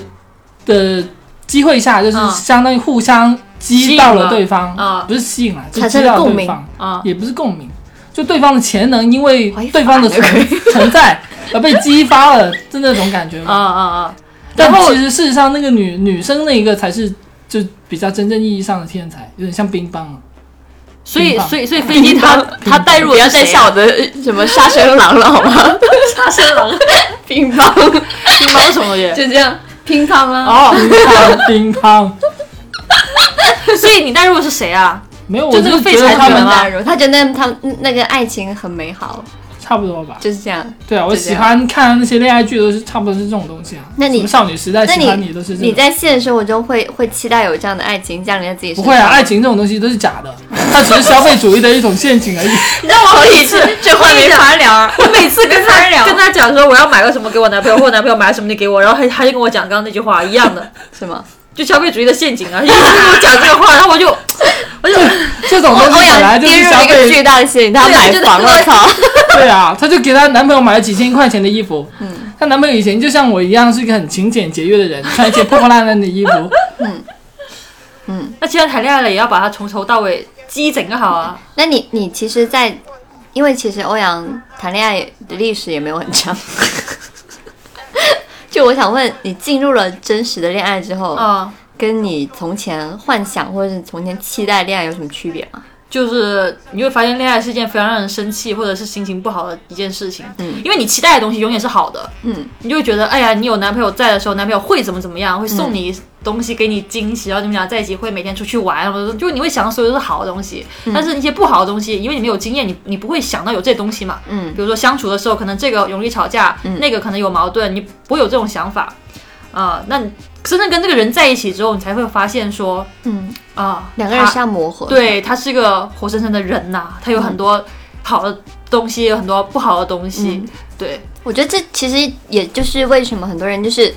S5: 的机会下，就是
S3: 嗯
S5: 相当于互相激到了对方，
S3: 嗯
S5: 不是吸引了，啊就
S4: 产生
S5: 激
S4: 了
S5: 到
S4: 共
S5: 对
S4: 鸣
S5: 方，
S3: 啊
S5: 也不是共鸣，就对方的潜能因为
S4: 怀疑
S5: 对方的
S4: 反了
S5: 存存在而被激发了，就那种感觉
S3: 啊啊
S5: 嘛。
S3: 啊！
S5: 但
S3: 然后
S5: 其实事实上，那个女女生那一个才是就比较真正意义上的天才，有点像冰棒啊。
S3: 所以
S5: 冰棒
S3: 所以所以飞机他他带入
S4: 不
S3: 了
S4: 要
S3: 是
S4: 再
S3: 谁啊
S4: 笑我的什么杀生郎了好吗？
S3: 大声龙，
S4: 乒乓
S3: [LAUGHS] 乒乓是什么东西？
S4: 就这样，乒乓啊，
S3: 哦，
S5: 冰棒，冰棒，
S3: 所以你带入的是谁啊？
S5: 没有，
S3: 就
S5: 我
S3: 这个
S5: 是
S3: 废
S5: 觉得
S3: 柴
S5: 他
S3: 女
S5: 们
S3: 嘛
S4: 代入，他觉得他们那个爱情很美好，
S5: 差不多吧。
S4: 就是这样。
S5: 对啊，我
S4: 就这
S5: 喜
S4: 样
S5: 欢看那些恋爱剧都是差不多是这种东西啊。
S4: 那你
S5: 什么少女时代
S4: 那
S5: 喜欢
S4: 你
S5: 你都是这
S4: 你
S5: 种。
S4: 在现实生活中会会期待有这样的爱情降临在自己
S5: 不
S4: 身上？
S5: 会啊，爱情这种东西都是假
S4: [LAUGHS]
S5: 的，它只是消费主义的一种陷阱而已。
S4: 让我每次这话没
S3: [LAUGHS]
S4: 法聊，我每次跟他聊
S3: 跟他讲说我要买个什么给我男朋友，或者男朋友买什么你给我，然后他他就跟我讲刚刚那句话一样的，
S4: 什么？
S3: 就消费主义的陷阱啊，一直跟我讲这个话，然后我就
S5: 这种
S4: 欧
S5: 东西本来
S4: 阳
S5: 就是
S4: 跌入
S5: 消
S4: 了一个
S5: 费，
S4: 巨大的陷阱，他
S5: 啊
S4: 买房了，操！
S5: [LAUGHS] 对啊，她就给她男朋友买了几千块钱的衣服。嗯，她男朋友以前就像我一样是一个很勤俭节约的人，穿一些破破烂烂
S4: [LAUGHS]
S5: 的衣服。
S3: 那既然谈恋爱了，也要把它从头到尾积整个好啊。
S4: 那你你其实在，因为其实欧阳谈恋爱的历史也没有很长， [LAUGHS] 就我想问你，进入了真实的恋爱之后，
S3: 啊、
S4: 跟你从前幻想或者是从前期待恋爱有什么区别吗？
S3: 就是你会发现恋爱是一件非常让人生气或者是心情不好的一件事情，
S4: 嗯
S3: 因为你期待的东西永远是好的，
S4: 嗯，
S3: 你就会觉得哎呀，你有男朋友在的时候，男朋友会怎么怎么样，会送你东西，给你惊喜，然后你们俩在一起会每天出去玩，然后就你会想到所有都是好的东西，
S4: 嗯
S3: 但是一些不好的东西，因为你没有经验，你你不会想到有这东西嘛，
S4: 嗯
S3: 比如说相处的时候，可能这个容易吵架，那个可能有矛盾，你不会有这种想法，啊、那你真正跟这个人在一起之后，你才会发现说
S4: 嗯，
S3: 啊，
S4: 两个人
S3: 他
S4: 是要磨合的，
S3: 对他是个活生生的人呐、他有很多好的东西，有很多不好的东西，
S4: 嗯
S3: 对，
S4: 我觉得这其实也就是为什么很多人就是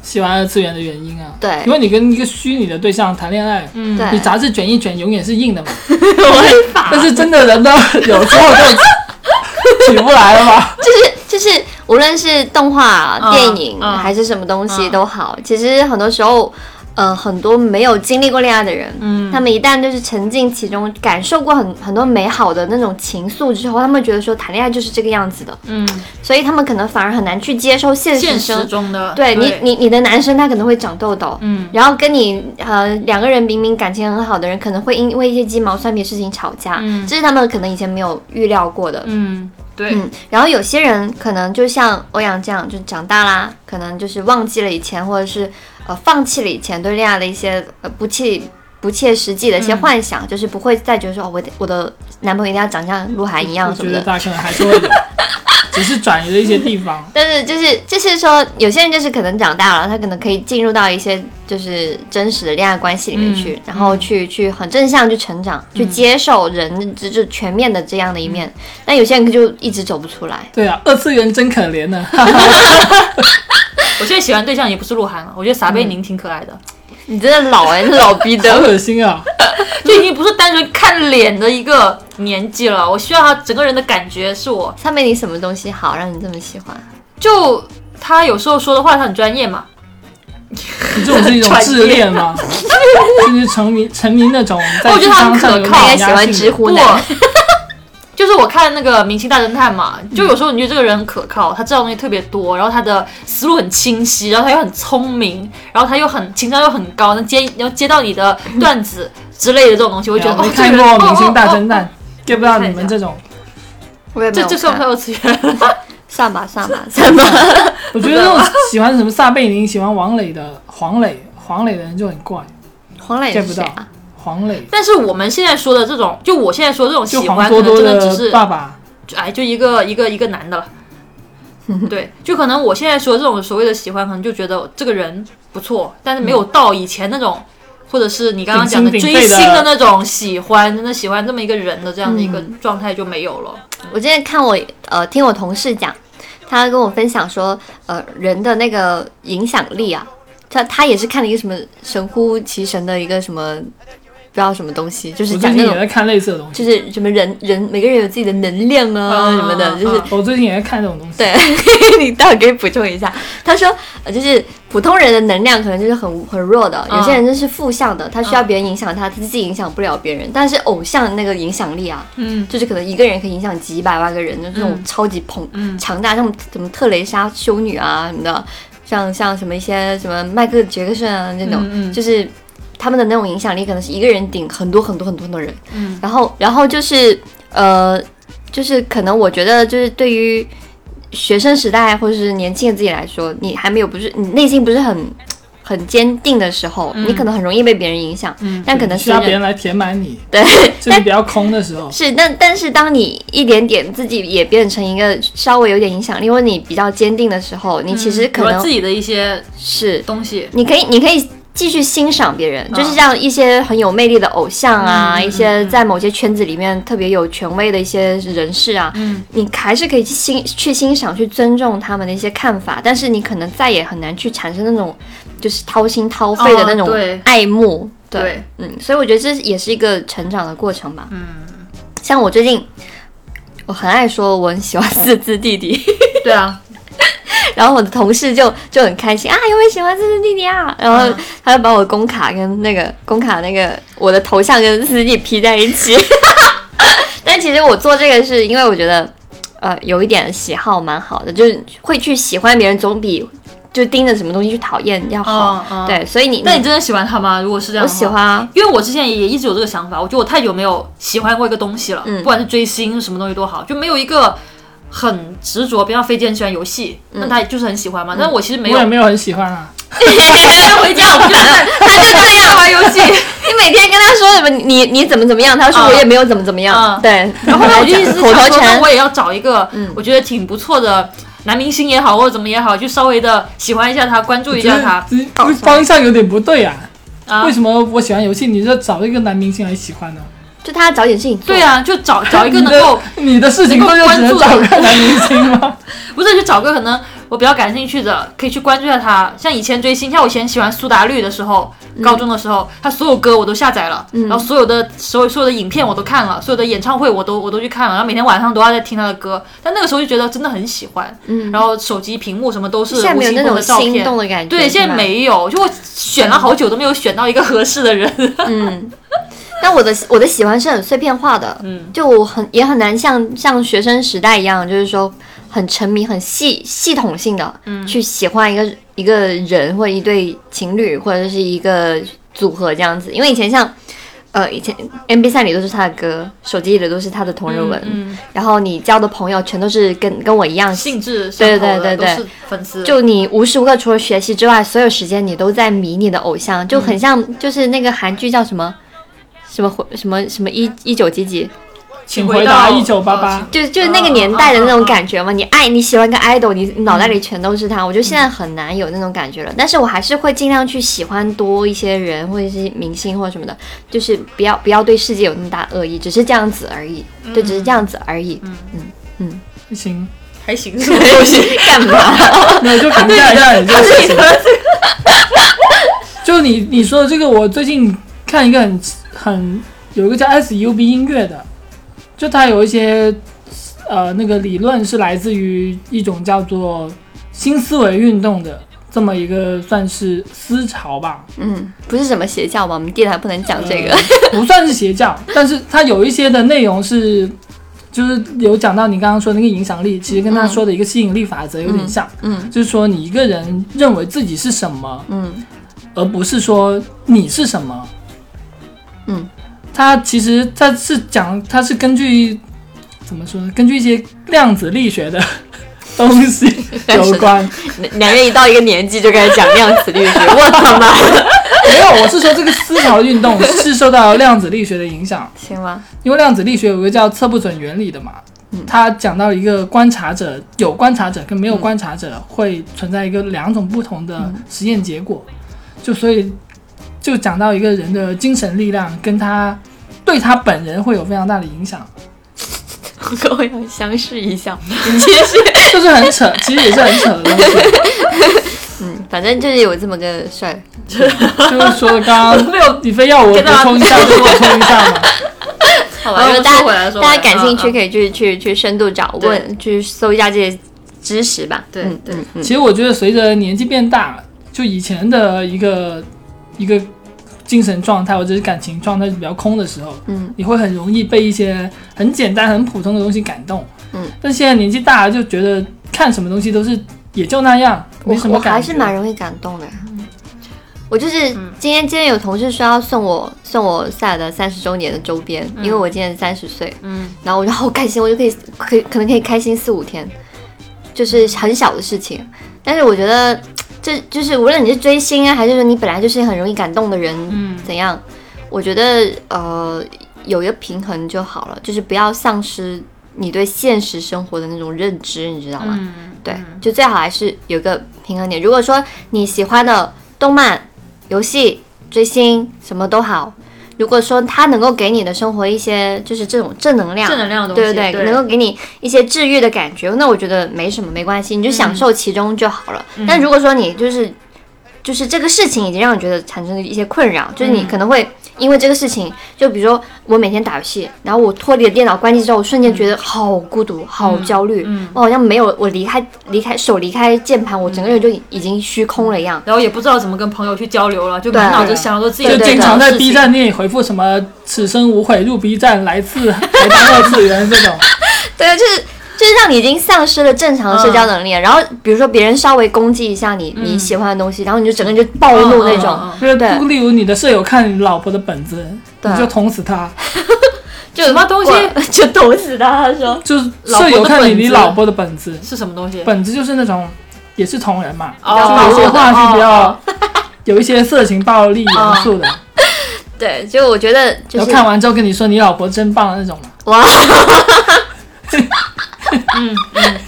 S5: 喜欢二次元的原因啊，
S4: 对
S5: 因为你跟一个虚拟的对象谈恋爱，
S3: 嗯
S4: 对
S5: 你杂志卷一卷永远是
S4: [LAUGHS]
S5: 硬的嘛，但是真的人呢，有时候就起不来了嘛。
S4: 就是就是，无论是动画、
S3: 嗯
S4: 电影、
S3: 嗯
S4: 还是什么东西
S3: 嗯
S4: 都好，其实很多时候，呃，很多没有经历过恋爱的人，
S3: 嗯
S4: 他们一旦就是沉浸其中，感受过很很多美好的那种情愫之后，他们觉得说谈恋爱就是这个样子的，
S3: 嗯，
S4: 所以他们可能反而很难去接受现
S3: 现
S4: 实
S3: 实
S4: 生。
S3: 中的
S4: [LAUGHS] 对你，你你的男生他可能会长痘痘，
S3: 嗯
S4: 然后跟你呃两个人明明感情很好的人，可能会因为一些鸡毛蒜皮的事情吵架，
S3: 嗯
S4: 这是他们可能以前没有预料过的，
S3: 嗯，对，
S4: 嗯，然后有些人可能就像欧阳这样，就长大啦，可能就是忘记了以前，或者是呃放弃了以前对恋爱的一些呃不切不切实际的一些幻想，就是不会再觉得说哦，我的我的男朋友一定要长像鹿晗一样 [LAUGHS]
S5: 我
S4: 什
S5: 觉
S4: 么
S5: 得
S4: 的。
S5: 大家可能还是会
S3: [LAUGHS]
S5: 有，只是转移了一些地方。
S4: 但是就是就是说，有些人就是可能长大了，他可能可以进入到一些就是真实的恋爱关系里面去，
S3: 嗯
S4: 然后去去很正向去成长，去接受人这这全面的这样的一面。但有些人就一直走不出来。
S5: 对啊，二次元真可怜
S3: [LAUGHS]
S5: 啊呢。
S3: 我现在喜欢对象也不是鹿晗了，我觉得撒贝
S4: 嗯
S3: 宁挺可爱的，
S4: 你真的老哎、这老逼
S5: 好
S4: 的。
S5: 恶心啊！
S3: 就已经不是单纯看脸的一个年纪了，我需要他整个人的感觉是我
S4: 他对你什么东西好让你这么喜欢？
S3: 就他有时候说的话他很专业嘛，
S5: 你这种是一
S3: [LAUGHS]
S5: 种自恋吗？就是沉迷沉迷那种在
S3: 我觉
S5: 智
S3: 得他
S5: 商
S3: 很
S5: 上有
S3: 可
S5: 碾
S3: 靠
S4: 大概喜
S5: 压性
S4: 欢
S5: 的
S4: 直呼
S3: 不
S4: 男，，
S3: [LAUGHS] 就是我看那个《明星大侦探》嘛，
S5: 嗯
S3: 就有时候你觉得这个人很可靠，他知道东西特别多，然后他的思路很清晰，然后他又很聪明，然后他又很情商又很高，能接能接到你的段子之类的这种东西，我就觉得
S5: 没
S3: 哦，
S5: 嗯啊看
S3: 这
S5: 过
S3: 个人
S5: 《明星大侦
S3: 哦哦
S5: 探》，get 不到你们这种。
S4: 我也
S3: 哦
S4: 没
S3: 这
S4: 有
S3: 这算不
S4: 看
S3: 算。二次
S5: [LAUGHS]
S3: 元？
S4: 算吧算吧算吧，
S5: 我觉得那种喜欢什么撒贝宁、喜欢王磊的黄磊、黄磊的人就很怪
S4: [LAUGHS] 黄磊是
S5: ，get 不
S4: 谁
S5: 到
S4: 啊？。
S5: 黄磊
S3: 但是我们现在说的这种，就我现在说的这种
S5: 就
S3: 喜
S5: 黄
S3: 欢，
S5: 多
S3: 可能
S5: 多
S3: 真的只
S5: 的
S3: 是
S5: 爸爸，
S3: 就哎，就一个一个一个男的
S4: [LAUGHS]
S3: 了。对，就可能我现在说这种所谓的喜欢，可能就觉得这个人不错，但是没
S4: 嗯
S3: 有到以前那种，或者是你刚刚讲的
S5: 顶心
S3: 追
S5: 顶肺的
S3: 星的那种喜欢，真的喜欢这么一个人的这样的一个
S4: 嗯
S3: 状态就没有了。
S4: 我之前看我呃听我同事讲，他跟我分享说，呃，人的那个影响力啊，他他也是看了一个什么神乎其神的一个什么，不知道什么东西，就
S5: 我
S4: 是
S5: 最
S4: 讲
S5: 近
S4: 那
S5: 也
S4: 种
S5: 在看类似的东西。
S4: 就是什么人人每个人有自己的能量啊
S3: 啊
S4: 什么
S3: 啊
S4: 的，
S3: 啊
S4: 就是
S5: 我最近也在看这种东西。
S4: 对， [LAUGHS] 你待会儿可以补充一下。他说，呃，就是普通人的能量可能就是很很弱的，有些人就是负向的，他需要别人影响他，他自己影响不了别人。但是偶像那个影响力啊，
S3: 嗯，
S4: 就是可能一个人可以影响几百万个人，就这种
S3: 嗯
S4: 超级捧
S3: 嗯
S4: 强大，像什么特蕾莎修女啊什么的，像像什么一些什么迈克尔杰克逊啊这种，
S3: 嗯嗯
S4: 就是他们的那种影响力可能是一个人顶很多很多很多很多人。
S3: 嗯，
S4: 然后然后就是呃，就是可能我觉得就是对于学生时代或者是年轻的自己来说，你还没有不是你内心不是很很坚定的时候，你可能很容易被别人影响，
S3: 嗯
S4: 但可能
S5: 需
S4: 随
S5: 要
S4: 着
S5: 别人来填满你，
S4: [LAUGHS] 对，
S5: 就你比较空的时候，
S4: 是，但但是当你一点点自己也变成一个稍微有点影响力，或者你比较坚定的时候，你其实可
S3: 有了
S4: 能
S3: 嗯自己的一些
S4: 是，
S3: 东西，
S4: 你可以你可以继续欣赏别人，就是
S3: 嗯
S4: 像一些很有魅力的偶像啊，
S3: 嗯嗯
S4: 一些在某些圈子里面特别有权威的一些人士啊，
S3: 嗯
S4: 你还是可以去欣去欣赏、去尊重他们的一些看法，但是你可能再也很难去产生那种就是掏心掏肺的那
S3: 哦
S4: 种
S3: 对
S4: 爱慕。对
S3: 对
S4: 嗯，所以我觉得这也是一个成长的过程吧。嗯，像我最近，我很爱说我很喜欢四字弟弟，
S3: 对啊，
S4: 然后我的同事就就很开心啊，有人喜欢四字弟弟啊，然
S3: 嗯
S4: 后他就把我的工卡跟那个工卡那个我的头像跟四字弟弟 P 在一起。 [LAUGHS] 但其实我做这个是因为我觉得，呃，有一点喜好蛮好的，就是会去喜欢别人，总比就盯着什么东西去讨厌要 [LAUGHS] 好。
S3: 嗯嗯
S4: 对，所以你
S3: 但你真的喜欢他吗？如果是这样，
S4: 我喜。欢啊。
S3: [LAUGHS] 因为我之前也一直有这个想法，我觉得我太久没有喜欢过一个东西了，
S4: 嗯
S3: 不管是追星什么东西都好，就没有一个很执着。比方飞机很喜欢游戏，
S4: 嗯
S3: 那他就是很喜欢嘛。但我其实没
S5: 我
S3: 有 [LAUGHS]
S5: 也，没有很喜欢啊。
S3: 回家我就看，他就在家玩游
S4: [LAUGHS]
S3: 戏，
S4: 你每天跟他说什么？你你你怎么怎么样？他说
S3: 嗯
S4: 我也没有怎么怎么样。
S3: 嗯
S4: 对，
S3: 然后呢，我就一直
S4: [LAUGHS] 口
S3: 想
S4: 头嗯
S3: 说，那
S4: 禅
S3: 我。也要找一个我觉得挺不错的男明星也好，或者怎么也好，就稍微的喜欢一下他，关注一
S5: 觉
S3: 下
S5: 得
S3: 他
S5: 这这方向有点不对啊。
S3: 啊
S5: 为。什么我喜欢游戏，你就找一个男明星来喜欢呢？
S4: 就他找点事情做。
S3: 对，啊，就找找一个能够
S5: 你的你的事情不就只能找个男明星吗？
S3: [LAUGHS] 不是，就找个可能我比较感兴趣的，可以去关注一下他。像以前追星，像我以前喜欢苏打绿的时候，
S4: 嗯
S3: 高中的时候，他所有歌我都下载了，然后所有的所有所有的影片我都看了，所有的演唱会我都我都去看了，然后每天晚上都要在听他的歌。但那个时候就觉得真的很喜欢，
S4: 嗯
S3: 然后手机屏幕什么都是
S4: 现在
S3: 吴
S4: 没有
S3: 青
S4: 那
S3: 峰
S4: 种
S3: 的照
S4: 心动
S3: 片。
S4: 的感觉。
S3: 对，现在
S4: 是吧。
S3: 没有，就我选了好久都没有选到一个合适的人。 [LAUGHS]
S4: 嗯，但我的我的喜欢是很碎片化的，
S3: 嗯
S4: 就我很也很难像像学生时代一样，就是说很沉迷、很系系统性的、
S3: 嗯
S4: 去喜欢一个一个人或者一对情侣或者是一个组合这样子。因为以前像呃以前 M B 三里都是他的歌，手机里都是他的同人文，
S3: 嗯，
S4: 然后你交的朋友全都是跟跟我一样
S3: 性质相
S4: 对
S3: 投的
S4: 对对对
S3: 都是粉丝，
S4: 就你无时无刻除了学习之外，所有时间你都在迷你的偶像，就很像就是那个韩剧叫什么什么回什么什么一一九几几，
S5: 请回答
S3: 到呃
S5: 一九八八。
S4: 就就是那个年代的那种感觉嘛。你爱你喜欢个 idol，你脑袋里全都是他。我觉得现在很难有那种感觉了，但是我还是会尽量去喜欢多一些人或者是明星或者什么的，就是不要不要对世界有那么大恶意，只是这样子而已，对，只是这样子而已。
S5: 行，
S3: 还行， [LAUGHS]
S4: 游戏 [LAUGHS] 干嘛？ [LAUGHS]
S5: [LAUGHS] 那我就评价一下你这个事情。就你你说的这个，我最近看一个很很有一个叫 SUB 音乐的，就它有一些呃那个理论是来自于一种叫做新思维运动的这么一个算是思潮吧，
S4: 嗯，不是什么邪教吧？我们电台不能讲这个。
S5: 不算是邪教，但是它有一些的内容是，就是有讲到你刚刚说那个影响力，其实跟他说的一个吸引力法则有点像，
S4: [LAUGHS] 嗯
S5: 就是说你一个人认为自己是什么，
S4: 嗯
S5: 而不是说你是什么。
S4: 嗯，
S5: 它其实它是讲，它是根据怎么说呢？根据一些量子力学的 [LAUGHS]
S4: [LAUGHS]
S5: 东西有关。
S4: 男人一到一个年纪就开始讲量子力学，我他妈！
S5: [LAUGHS] 没有，我是说这个思潮运动是受到量子力学的影响，
S4: 行吧，
S5: 因为量子力学有一个叫测不准原理的嘛。它讲到一个观察者，有观察者跟没有观察者会存在一个两种不同的实验结果，就所以就讲到一个人的精神力量跟他对他本人会有非常大的影响，
S3: [LAUGHS]
S4: 各位要相视一笑。你继续。
S5: 就是很 [LAUGHS] 扯，其实也是很扯的东西。
S4: 嗯，反正就是有这么个事儿。
S5: 就是说刚
S3: 我都
S5: 刚
S3: 没有
S5: 你非要 [LAUGHS] 我补充一下就补充一下嘛，
S3: 好
S4: 好
S3: [LAUGHS]
S4: 吧，
S3: 我们
S4: 如果大
S3: 说回来
S4: 家
S3: 说回
S4: 大家
S3: 来
S4: 感兴
S3: 嗯
S4: 趣
S3: 嗯
S4: 可以去去去深度找
S3: 对
S4: 问，去搜一下这些知识吧。
S3: 对
S4: 嗯
S3: 对
S4: 嗯嗯
S5: 其实我觉得随着年纪变大，就以前的一个一个精神状态或者是感情状态是比较空的时候，
S4: 嗯，
S5: 你会很容易被一些很简单、很普通的东西感动。
S4: 嗯，
S5: 但现在年纪大了，就觉得看什么东西都是也就那样，没什
S4: 我
S5: 么
S4: 我
S5: 感觉。
S4: 还是蛮容易感动的。我就是
S3: 嗯
S4: 今天，今天有同事说要送我送我塞尔达三十周年的周边，因为我今年三十岁，
S3: 嗯，
S4: 然后我就好开心，我就可以 [LAUGHS] 可以可能可以开心四五天，就是很小的事情。
S3: 嗯
S4: 但是我觉得，这就是无论你是追星啊，还是说你本来就是很容易感动的人，
S3: 嗯
S4: 怎样？我觉得呃，有一个平衡就好了，就是不要丧失你对现实生活的那种认知，你知道吗？
S3: 嗯，
S4: 对，就最好还是有个平衡点。如果说你喜欢的动漫、游戏、追星什么都好，如果说它能够给你的生活一些就是这种正能量，
S3: 正能量的东
S4: 对
S3: 西
S4: 对
S3: 对
S4: 能够给你一些治愈的感觉，那我觉得没什么，没关系，你就享受其中就好了。
S3: 嗯
S4: 但如果说你就是就是这个事情已经让你觉得产生了一些困扰，就是
S3: 嗯
S4: 你可能会因为这个事情，就比如说我每天打游戏，然后我脱离了电脑关机之后，我瞬间觉得好孤
S3: 嗯
S4: 独、好焦虑，我好像没有我离开离开手离开键盘，我整个人就已已经虚空了一样。
S3: 然后也不知道怎么跟朋友去交流了，就
S4: 对
S3: 满脑子想的都自己
S5: 就
S4: 对对
S5: 经常
S3: 的
S5: 在
S3: 事
S5: B
S3: 情
S5: 站你也回复什么“此生无悔入 B 站，来自台湾二次元”这种，
S4: 对啊，就是就是让你已经丧失了正常的社交能力了。然后比如说别人稍微攻击一下你、你喜欢的东西，然后你就整个人就暴怒那种。
S3: 嗯嗯嗯
S5: 就是
S4: 对
S5: 不例如你的舍友看你老婆的本子，
S4: 对
S5: 你就捅死他；
S3: 就什么东西
S4: 我 [LAUGHS] 就捅死他，他说
S5: 就是
S3: 老婆
S5: 舍
S3: 的
S5: 友看你你
S3: 本子
S5: 老婆的本子，
S3: 是什么东西？
S5: 本子就是那种也是同人嘛，
S3: 哦
S5: 就有些话是比
S3: 哦
S5: 较 [LAUGHS] 有一些色情暴力元素
S3: [LAUGHS]
S5: 的，
S4: 对，就我觉得就
S5: 然
S4: 是
S5: 后看完之后跟你说你老婆真棒的那种嘛。 [LAUGHS]
S4: 哇，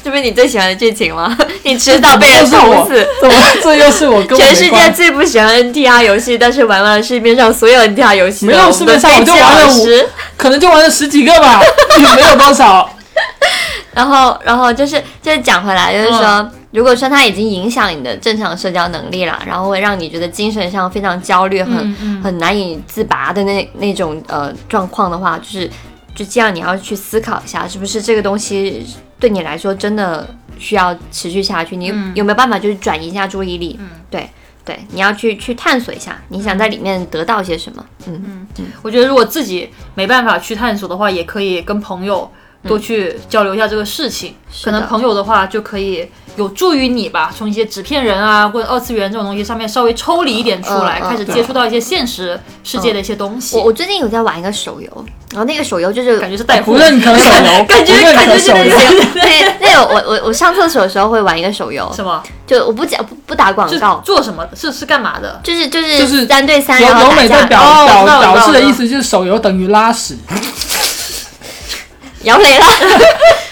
S4: 这不是你最喜欢的剧情
S5: [LAUGHS]
S4: 吗？你迟早被人
S5: 这又是
S4: 捅
S5: 我
S4: 死。
S5: 这我这又是我
S3: [LAUGHS]
S5: 跟我
S4: 全
S5: 没
S4: 世界
S5: 关系。
S4: 最不喜欢 NTR 游戏，但是玩完了市面上所有 NTR 游戏的，
S5: 没有
S4: 我们
S5: 市面上我就
S4: 贝奇
S5: 玩了
S4: 老
S5: 五
S4: 师
S5: 可能就玩了十几个
S3: [LAUGHS]
S5: 吧，也没有多少。
S4: 然后，然后就是就是讲回来，就是说，
S3: 嗯
S4: 如果说它已经影响你的正常社交能力了，然后会让你觉得精神上非常焦虑，很、
S3: 嗯
S4: 很难以自拔的那那种呃状况的话，就是就这样，你要去思考一下，是不是这个东西对你来说真的需要持续下去？你有
S3: 嗯
S4: 有没有办法就是转移一下注意力？对对，你要去去探索一下，你
S3: 嗯
S4: 想在里面得到些什么？嗯。
S3: 我觉得如果自己没办法去探索的话，也可以跟朋友多去交流一下这个事情。可
S4: 的
S3: 能朋友的话就可以有助于你吧，从一些纸片人啊或者二次元这种东西上面稍微抽离一点出来，
S4: 嗯嗯嗯
S3: 开始接触到一些现实世界的一些东西。
S4: 我我最近有在玩一个手游，然后那个手游就是
S3: 感觉是带
S5: 不
S3: 货，
S5: 认可手
S3: [LAUGHS]
S5: 游，
S3: 感觉
S5: 不认
S3: 感
S5: 可
S3: 觉是
S5: 手
S3: 那
S5: 游，
S3: 种
S4: 对，那
S5: [LAUGHS]
S4: 有我我我上厕所的时候会玩一个手游，
S3: 什么？
S4: 就我不讲不不打广
S3: 是
S4: 告，
S3: 做什么的？是是干嘛的？
S4: 就是就是
S5: 就是
S4: 三对三，
S5: 柔
S4: 然后
S5: 柔
S4: 打
S5: 美在
S4: 架，
S5: 表
S3: 哦我
S5: 表
S3: 知道
S5: 表示
S3: 我知道
S5: 的意思就是手游等于拉屎，
S4: 摇雷
S5: [LAUGHS]
S4: 了。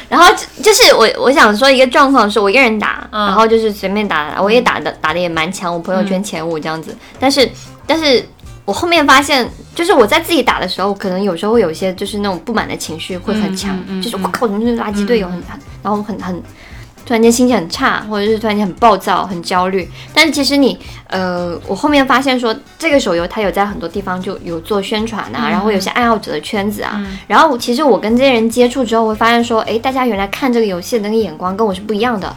S4: 然后就就是我我想说一个状况是我一个人打，
S3: 嗯
S4: 然后就是随便打，
S5: 嗯
S4: 我也打的打的也蛮强，我朋友圈前五这样子。但是但是我后面发现，就是我在自己打的时候，可能有时候会有一些就是那种不满的情绪会很强，
S3: 嗯嗯嗯
S4: 就是
S3: 嗯
S4: 我靠，怎么就是垃圾队
S5: 嗯
S4: 友很很，然后很很。突然间心情很差，或者是突然间很暴躁、很焦虑，但是其实你，呃，我后面发现说，这个手游它有在很多地方就有做宣传啊，然后有些爱好者的圈子啊，然后其实我跟这些人接触之后，会发现说，诶，大家原来看这个游戏的那个眼光跟我是不一样的。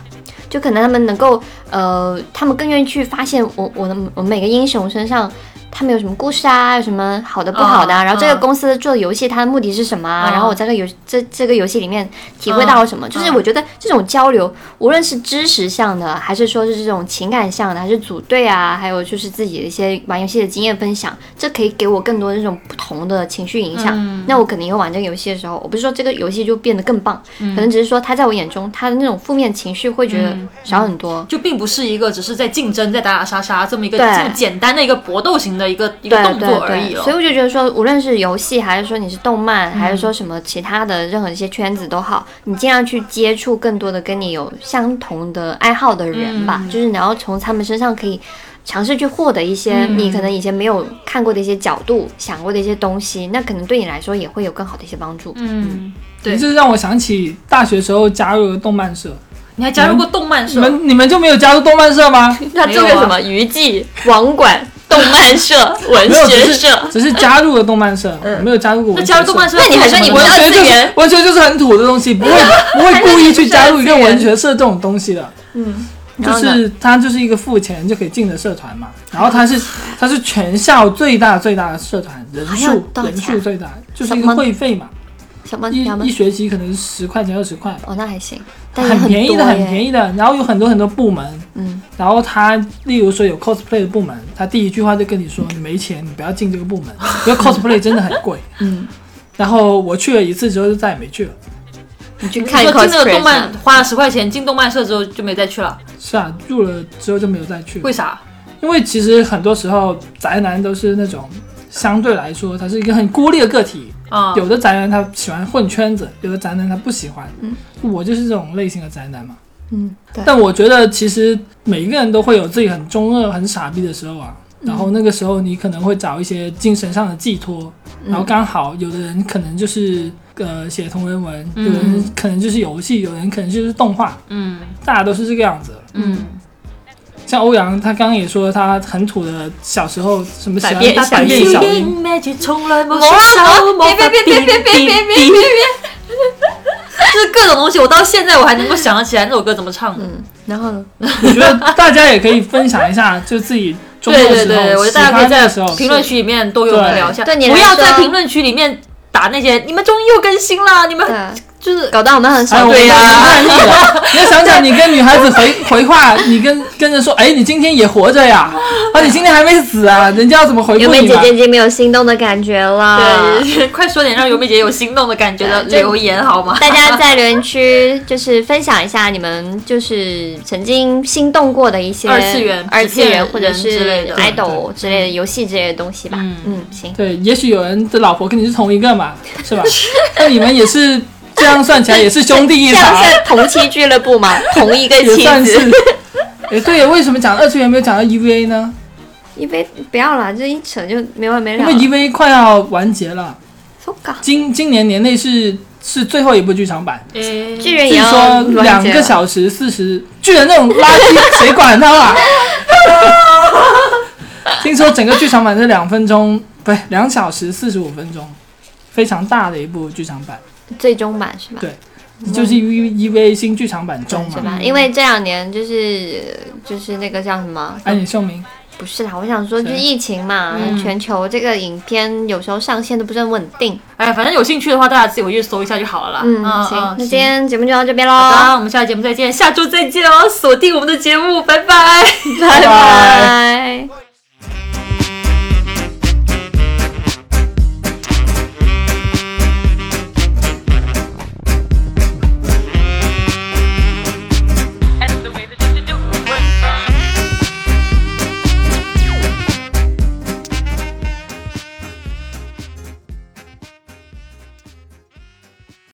S4: 就可能他们能够呃，他们更愿意去发现我我的我每个英雄身上。他们有什么故事啊？有什么好的、不好的啊？
S3: 嗯
S4: 然后这个
S3: 嗯
S4: 公司做游戏，它的目的是什么啊？
S3: 嗯
S4: 然后我在这个游这这个游戏里面体会到了什么？就是我觉得这种交流，无论是知识向的，还是说是这种情感向的，还是组队啊，还有就是自己的一些玩游戏的经验分享，这可以给我更多的这种不同的情绪影响。那我肯定会玩这个游戏的时候，我不是说这个游戏就变得更棒，可能只是说它在我眼中，它的那种负面情绪会觉得少很多。
S3: 就并不是一个只是在竞争、在打打杀杀这么一个
S4: 对
S3: 这么简单的一个搏斗型的一个一个动作而已了。
S4: 所以我就觉得说，无论是游戏，还是说你是动漫，
S3: 嗯
S4: 还是说什么其他的任何一些圈子都好，你尽量去接触更多的跟你有相同的爱好的人
S3: 嗯
S4: 吧，就是你要从他们身上可以。尝试去获得一些
S3: 嗯
S4: 你可能以前没有看过的一些角度、想过的一些东西，那可能对你来说也会有更好的一些帮助。
S3: 嗯，对
S5: 你这让我想起大学时候加入的动漫社，
S3: 你还加入过动漫
S5: 你
S3: 社？
S5: 们你们就没有加入动漫社
S3: [LAUGHS]
S5: 吗？
S4: 那
S3: 这个什么
S4: 娱记、网管、动漫社、文
S5: 没有，只是只是加入了动漫社，没有加入过
S3: 嗯那
S5: 文学
S3: 加入
S5: 社
S3: 动漫社，
S4: 那你还说你不
S5: 文
S4: 知道资
S5: 学就是
S4: 源
S5: 文学就是很土的东
S4: [LAUGHS]
S5: 西，不会不会故意去加入一个文学社这种东西的。嗯，就
S4: 然后呢
S5: 是它就是一个付钱就可以进的社团嘛，然后它是它是全校最大最大的社团，人
S4: 还要
S5: 数
S4: 多少
S5: 人
S4: 钱啊
S5: 数最大，就是一
S4: 什
S5: 个
S4: 么啊
S5: 会费嘛，
S4: 小猫
S5: 一
S4: 小猫
S5: 一学期可能十块钱二十块，
S4: 哦，那还行，但也
S5: 很便宜的，
S4: 多
S5: 很
S4: 耶
S5: 便宜的。然后有很多很多部门，
S4: 嗯，
S5: 然后他例如说有 cosplay 的部门，他第一句话就跟你说你没钱，你不要进这个部门，
S4: [LAUGHS]
S5: 因为 cosplay 真的很贵。
S4: 嗯，
S5: [LAUGHS] 然后我去了一次之后就再也没去了。
S4: 你去
S3: 你
S4: 看
S3: 说进那
S4: cosplay
S3: 个动
S4: 是
S3: 漫
S4: 吧
S3: 花了十块钱进动漫社之后就没再去了，
S5: 是啊，入了之后就没有再去了
S3: 为。啥？
S5: 因为其实很多时候宅男都是那种相对来说，他是一个很孤立的个体。
S3: 啊、
S5: 有的宅男他喜欢混圈子，有的宅男他不喜欢。嗯，我就是这种类型的宅男嘛。
S4: 嗯，对。
S5: 但我觉得其实每一个人都会有自己很中二、很傻逼的时候啊。
S3: 嗯
S5: 然后那个时候你可能会找一些精神上的寄托，
S3: 嗯
S5: 然后刚好有的人可能就是呃写同人文，有人可能就是游戏，有人可能就是动画，
S3: 嗯
S5: 大家都是这个样子。
S3: 嗯，
S5: 像欧阳，他刚刚也说他很土的，小时候什么喜
S4: 百
S5: 欢
S4: 变
S5: 大
S4: 小
S5: 百变
S4: 樱
S5: 小
S3: [LAUGHS]
S5: 樱，
S3: 从来没
S4: 魔啊魔别别别别别别别别别别！
S3: 就是各种东西，我到现在我还能够想得起来那首歌怎么唱的。
S4: 嗯，然后
S3: 啊
S4: 呢？
S5: 我觉得大家也可以分享一下，就自己中
S3: 对
S5: 二
S3: 对
S5: 时
S3: 对，
S5: 候、
S3: 我觉
S5: 喜
S3: 得大家可
S5: 欢
S3: 以
S5: 的
S3: 在
S5: 时候，
S3: 评论区里面都有
S5: 对
S3: 人聊一下，
S4: 对你来
S3: 不要在
S4: 说
S3: 评论区里面打那些你们终于又更新了，你们
S4: 对
S3: 很
S4: 啊，
S3: 就是
S4: 搞得我们很
S5: 哎，
S4: 少
S5: 我
S4: 对
S5: 们
S4: 呀、
S5: 叛逆
S4: [LAUGHS]
S5: 了。你要想想，你跟女孩子回回话，你跟跟着说，哎，你今天也活
S4: [LAUGHS]
S5: 着呀，啊，你今天还没死啊，人家要怎么回
S4: 尤
S5: 复
S4: 美
S5: 你
S4: 姐
S5: 嘛？
S4: 姐已经没有心动的感觉了。 [LAUGHS]
S3: 对，快说点让尤美姐有心动的感觉的
S4: 对就
S3: 留言好吗？
S4: 大家在留言区就是分享一下你们就是曾经心动过的一些
S3: 二次元
S4: 二次
S3: 纸
S4: 元
S3: 片人
S4: 或者
S3: 之类
S4: 是
S3: 的
S4: idol 之类的游戏之类的东西吧。
S3: 嗯
S4: 嗯行，
S5: 对，也许有人的老婆跟你是同一
S4: [LAUGHS]
S5: 个嘛，是吧？那你们也是这样算起来也是兄弟一
S4: 这样 [LAUGHS]
S5: 场，
S4: 算同妻俱乐部吗？同一个
S5: 也
S4: 妻
S5: 算
S4: 子
S5: 是。。 [LAUGHS] 哎，对，为什么讲二次元没有讲到 EVA 呢？
S4: 因为不要啦，这一扯就没完没
S5: 因
S4: 了
S5: 为
S4: 了。
S5: EVA 快要完结了，
S4: So ga
S5: 今今年年内是是最后一部剧场版，
S3: 诶
S4: 巨人也
S5: 据
S4: 要
S5: 说
S4: 完
S5: 两
S4: 结
S5: 个
S4: 了
S5: 小时四十，巨人那种垃圾谁管他啊？ [LAUGHS] 听说整个剧场版是两分钟，不是两小时四十五分钟，非常大的一部剧场版，
S4: 最终版是吧？
S5: 对就是 E V 新剧场版中
S4: 嗯对是
S5: 嘛。
S4: 吧？因为这两年就是就是那个叫什么，
S5: 安野哎秀明，
S4: 不是啦，我想说就是
S5: 对
S4: 疫情嘛，
S3: 嗯
S4: 全球这个影片有时候上线都不是很稳定。
S3: [LAUGHS] 哎，反正有兴趣的话，大家自己回去搜一下就好了啦。
S4: 嗯，行，那今
S3: 行
S4: 天节目就到这边
S3: 好
S4: 喽，
S3: 的，我们下期节目再见，下周再见哦，锁定我们的节目，拜拜。
S4: 拜
S5: 拜
S4: 拜。
S1: Wait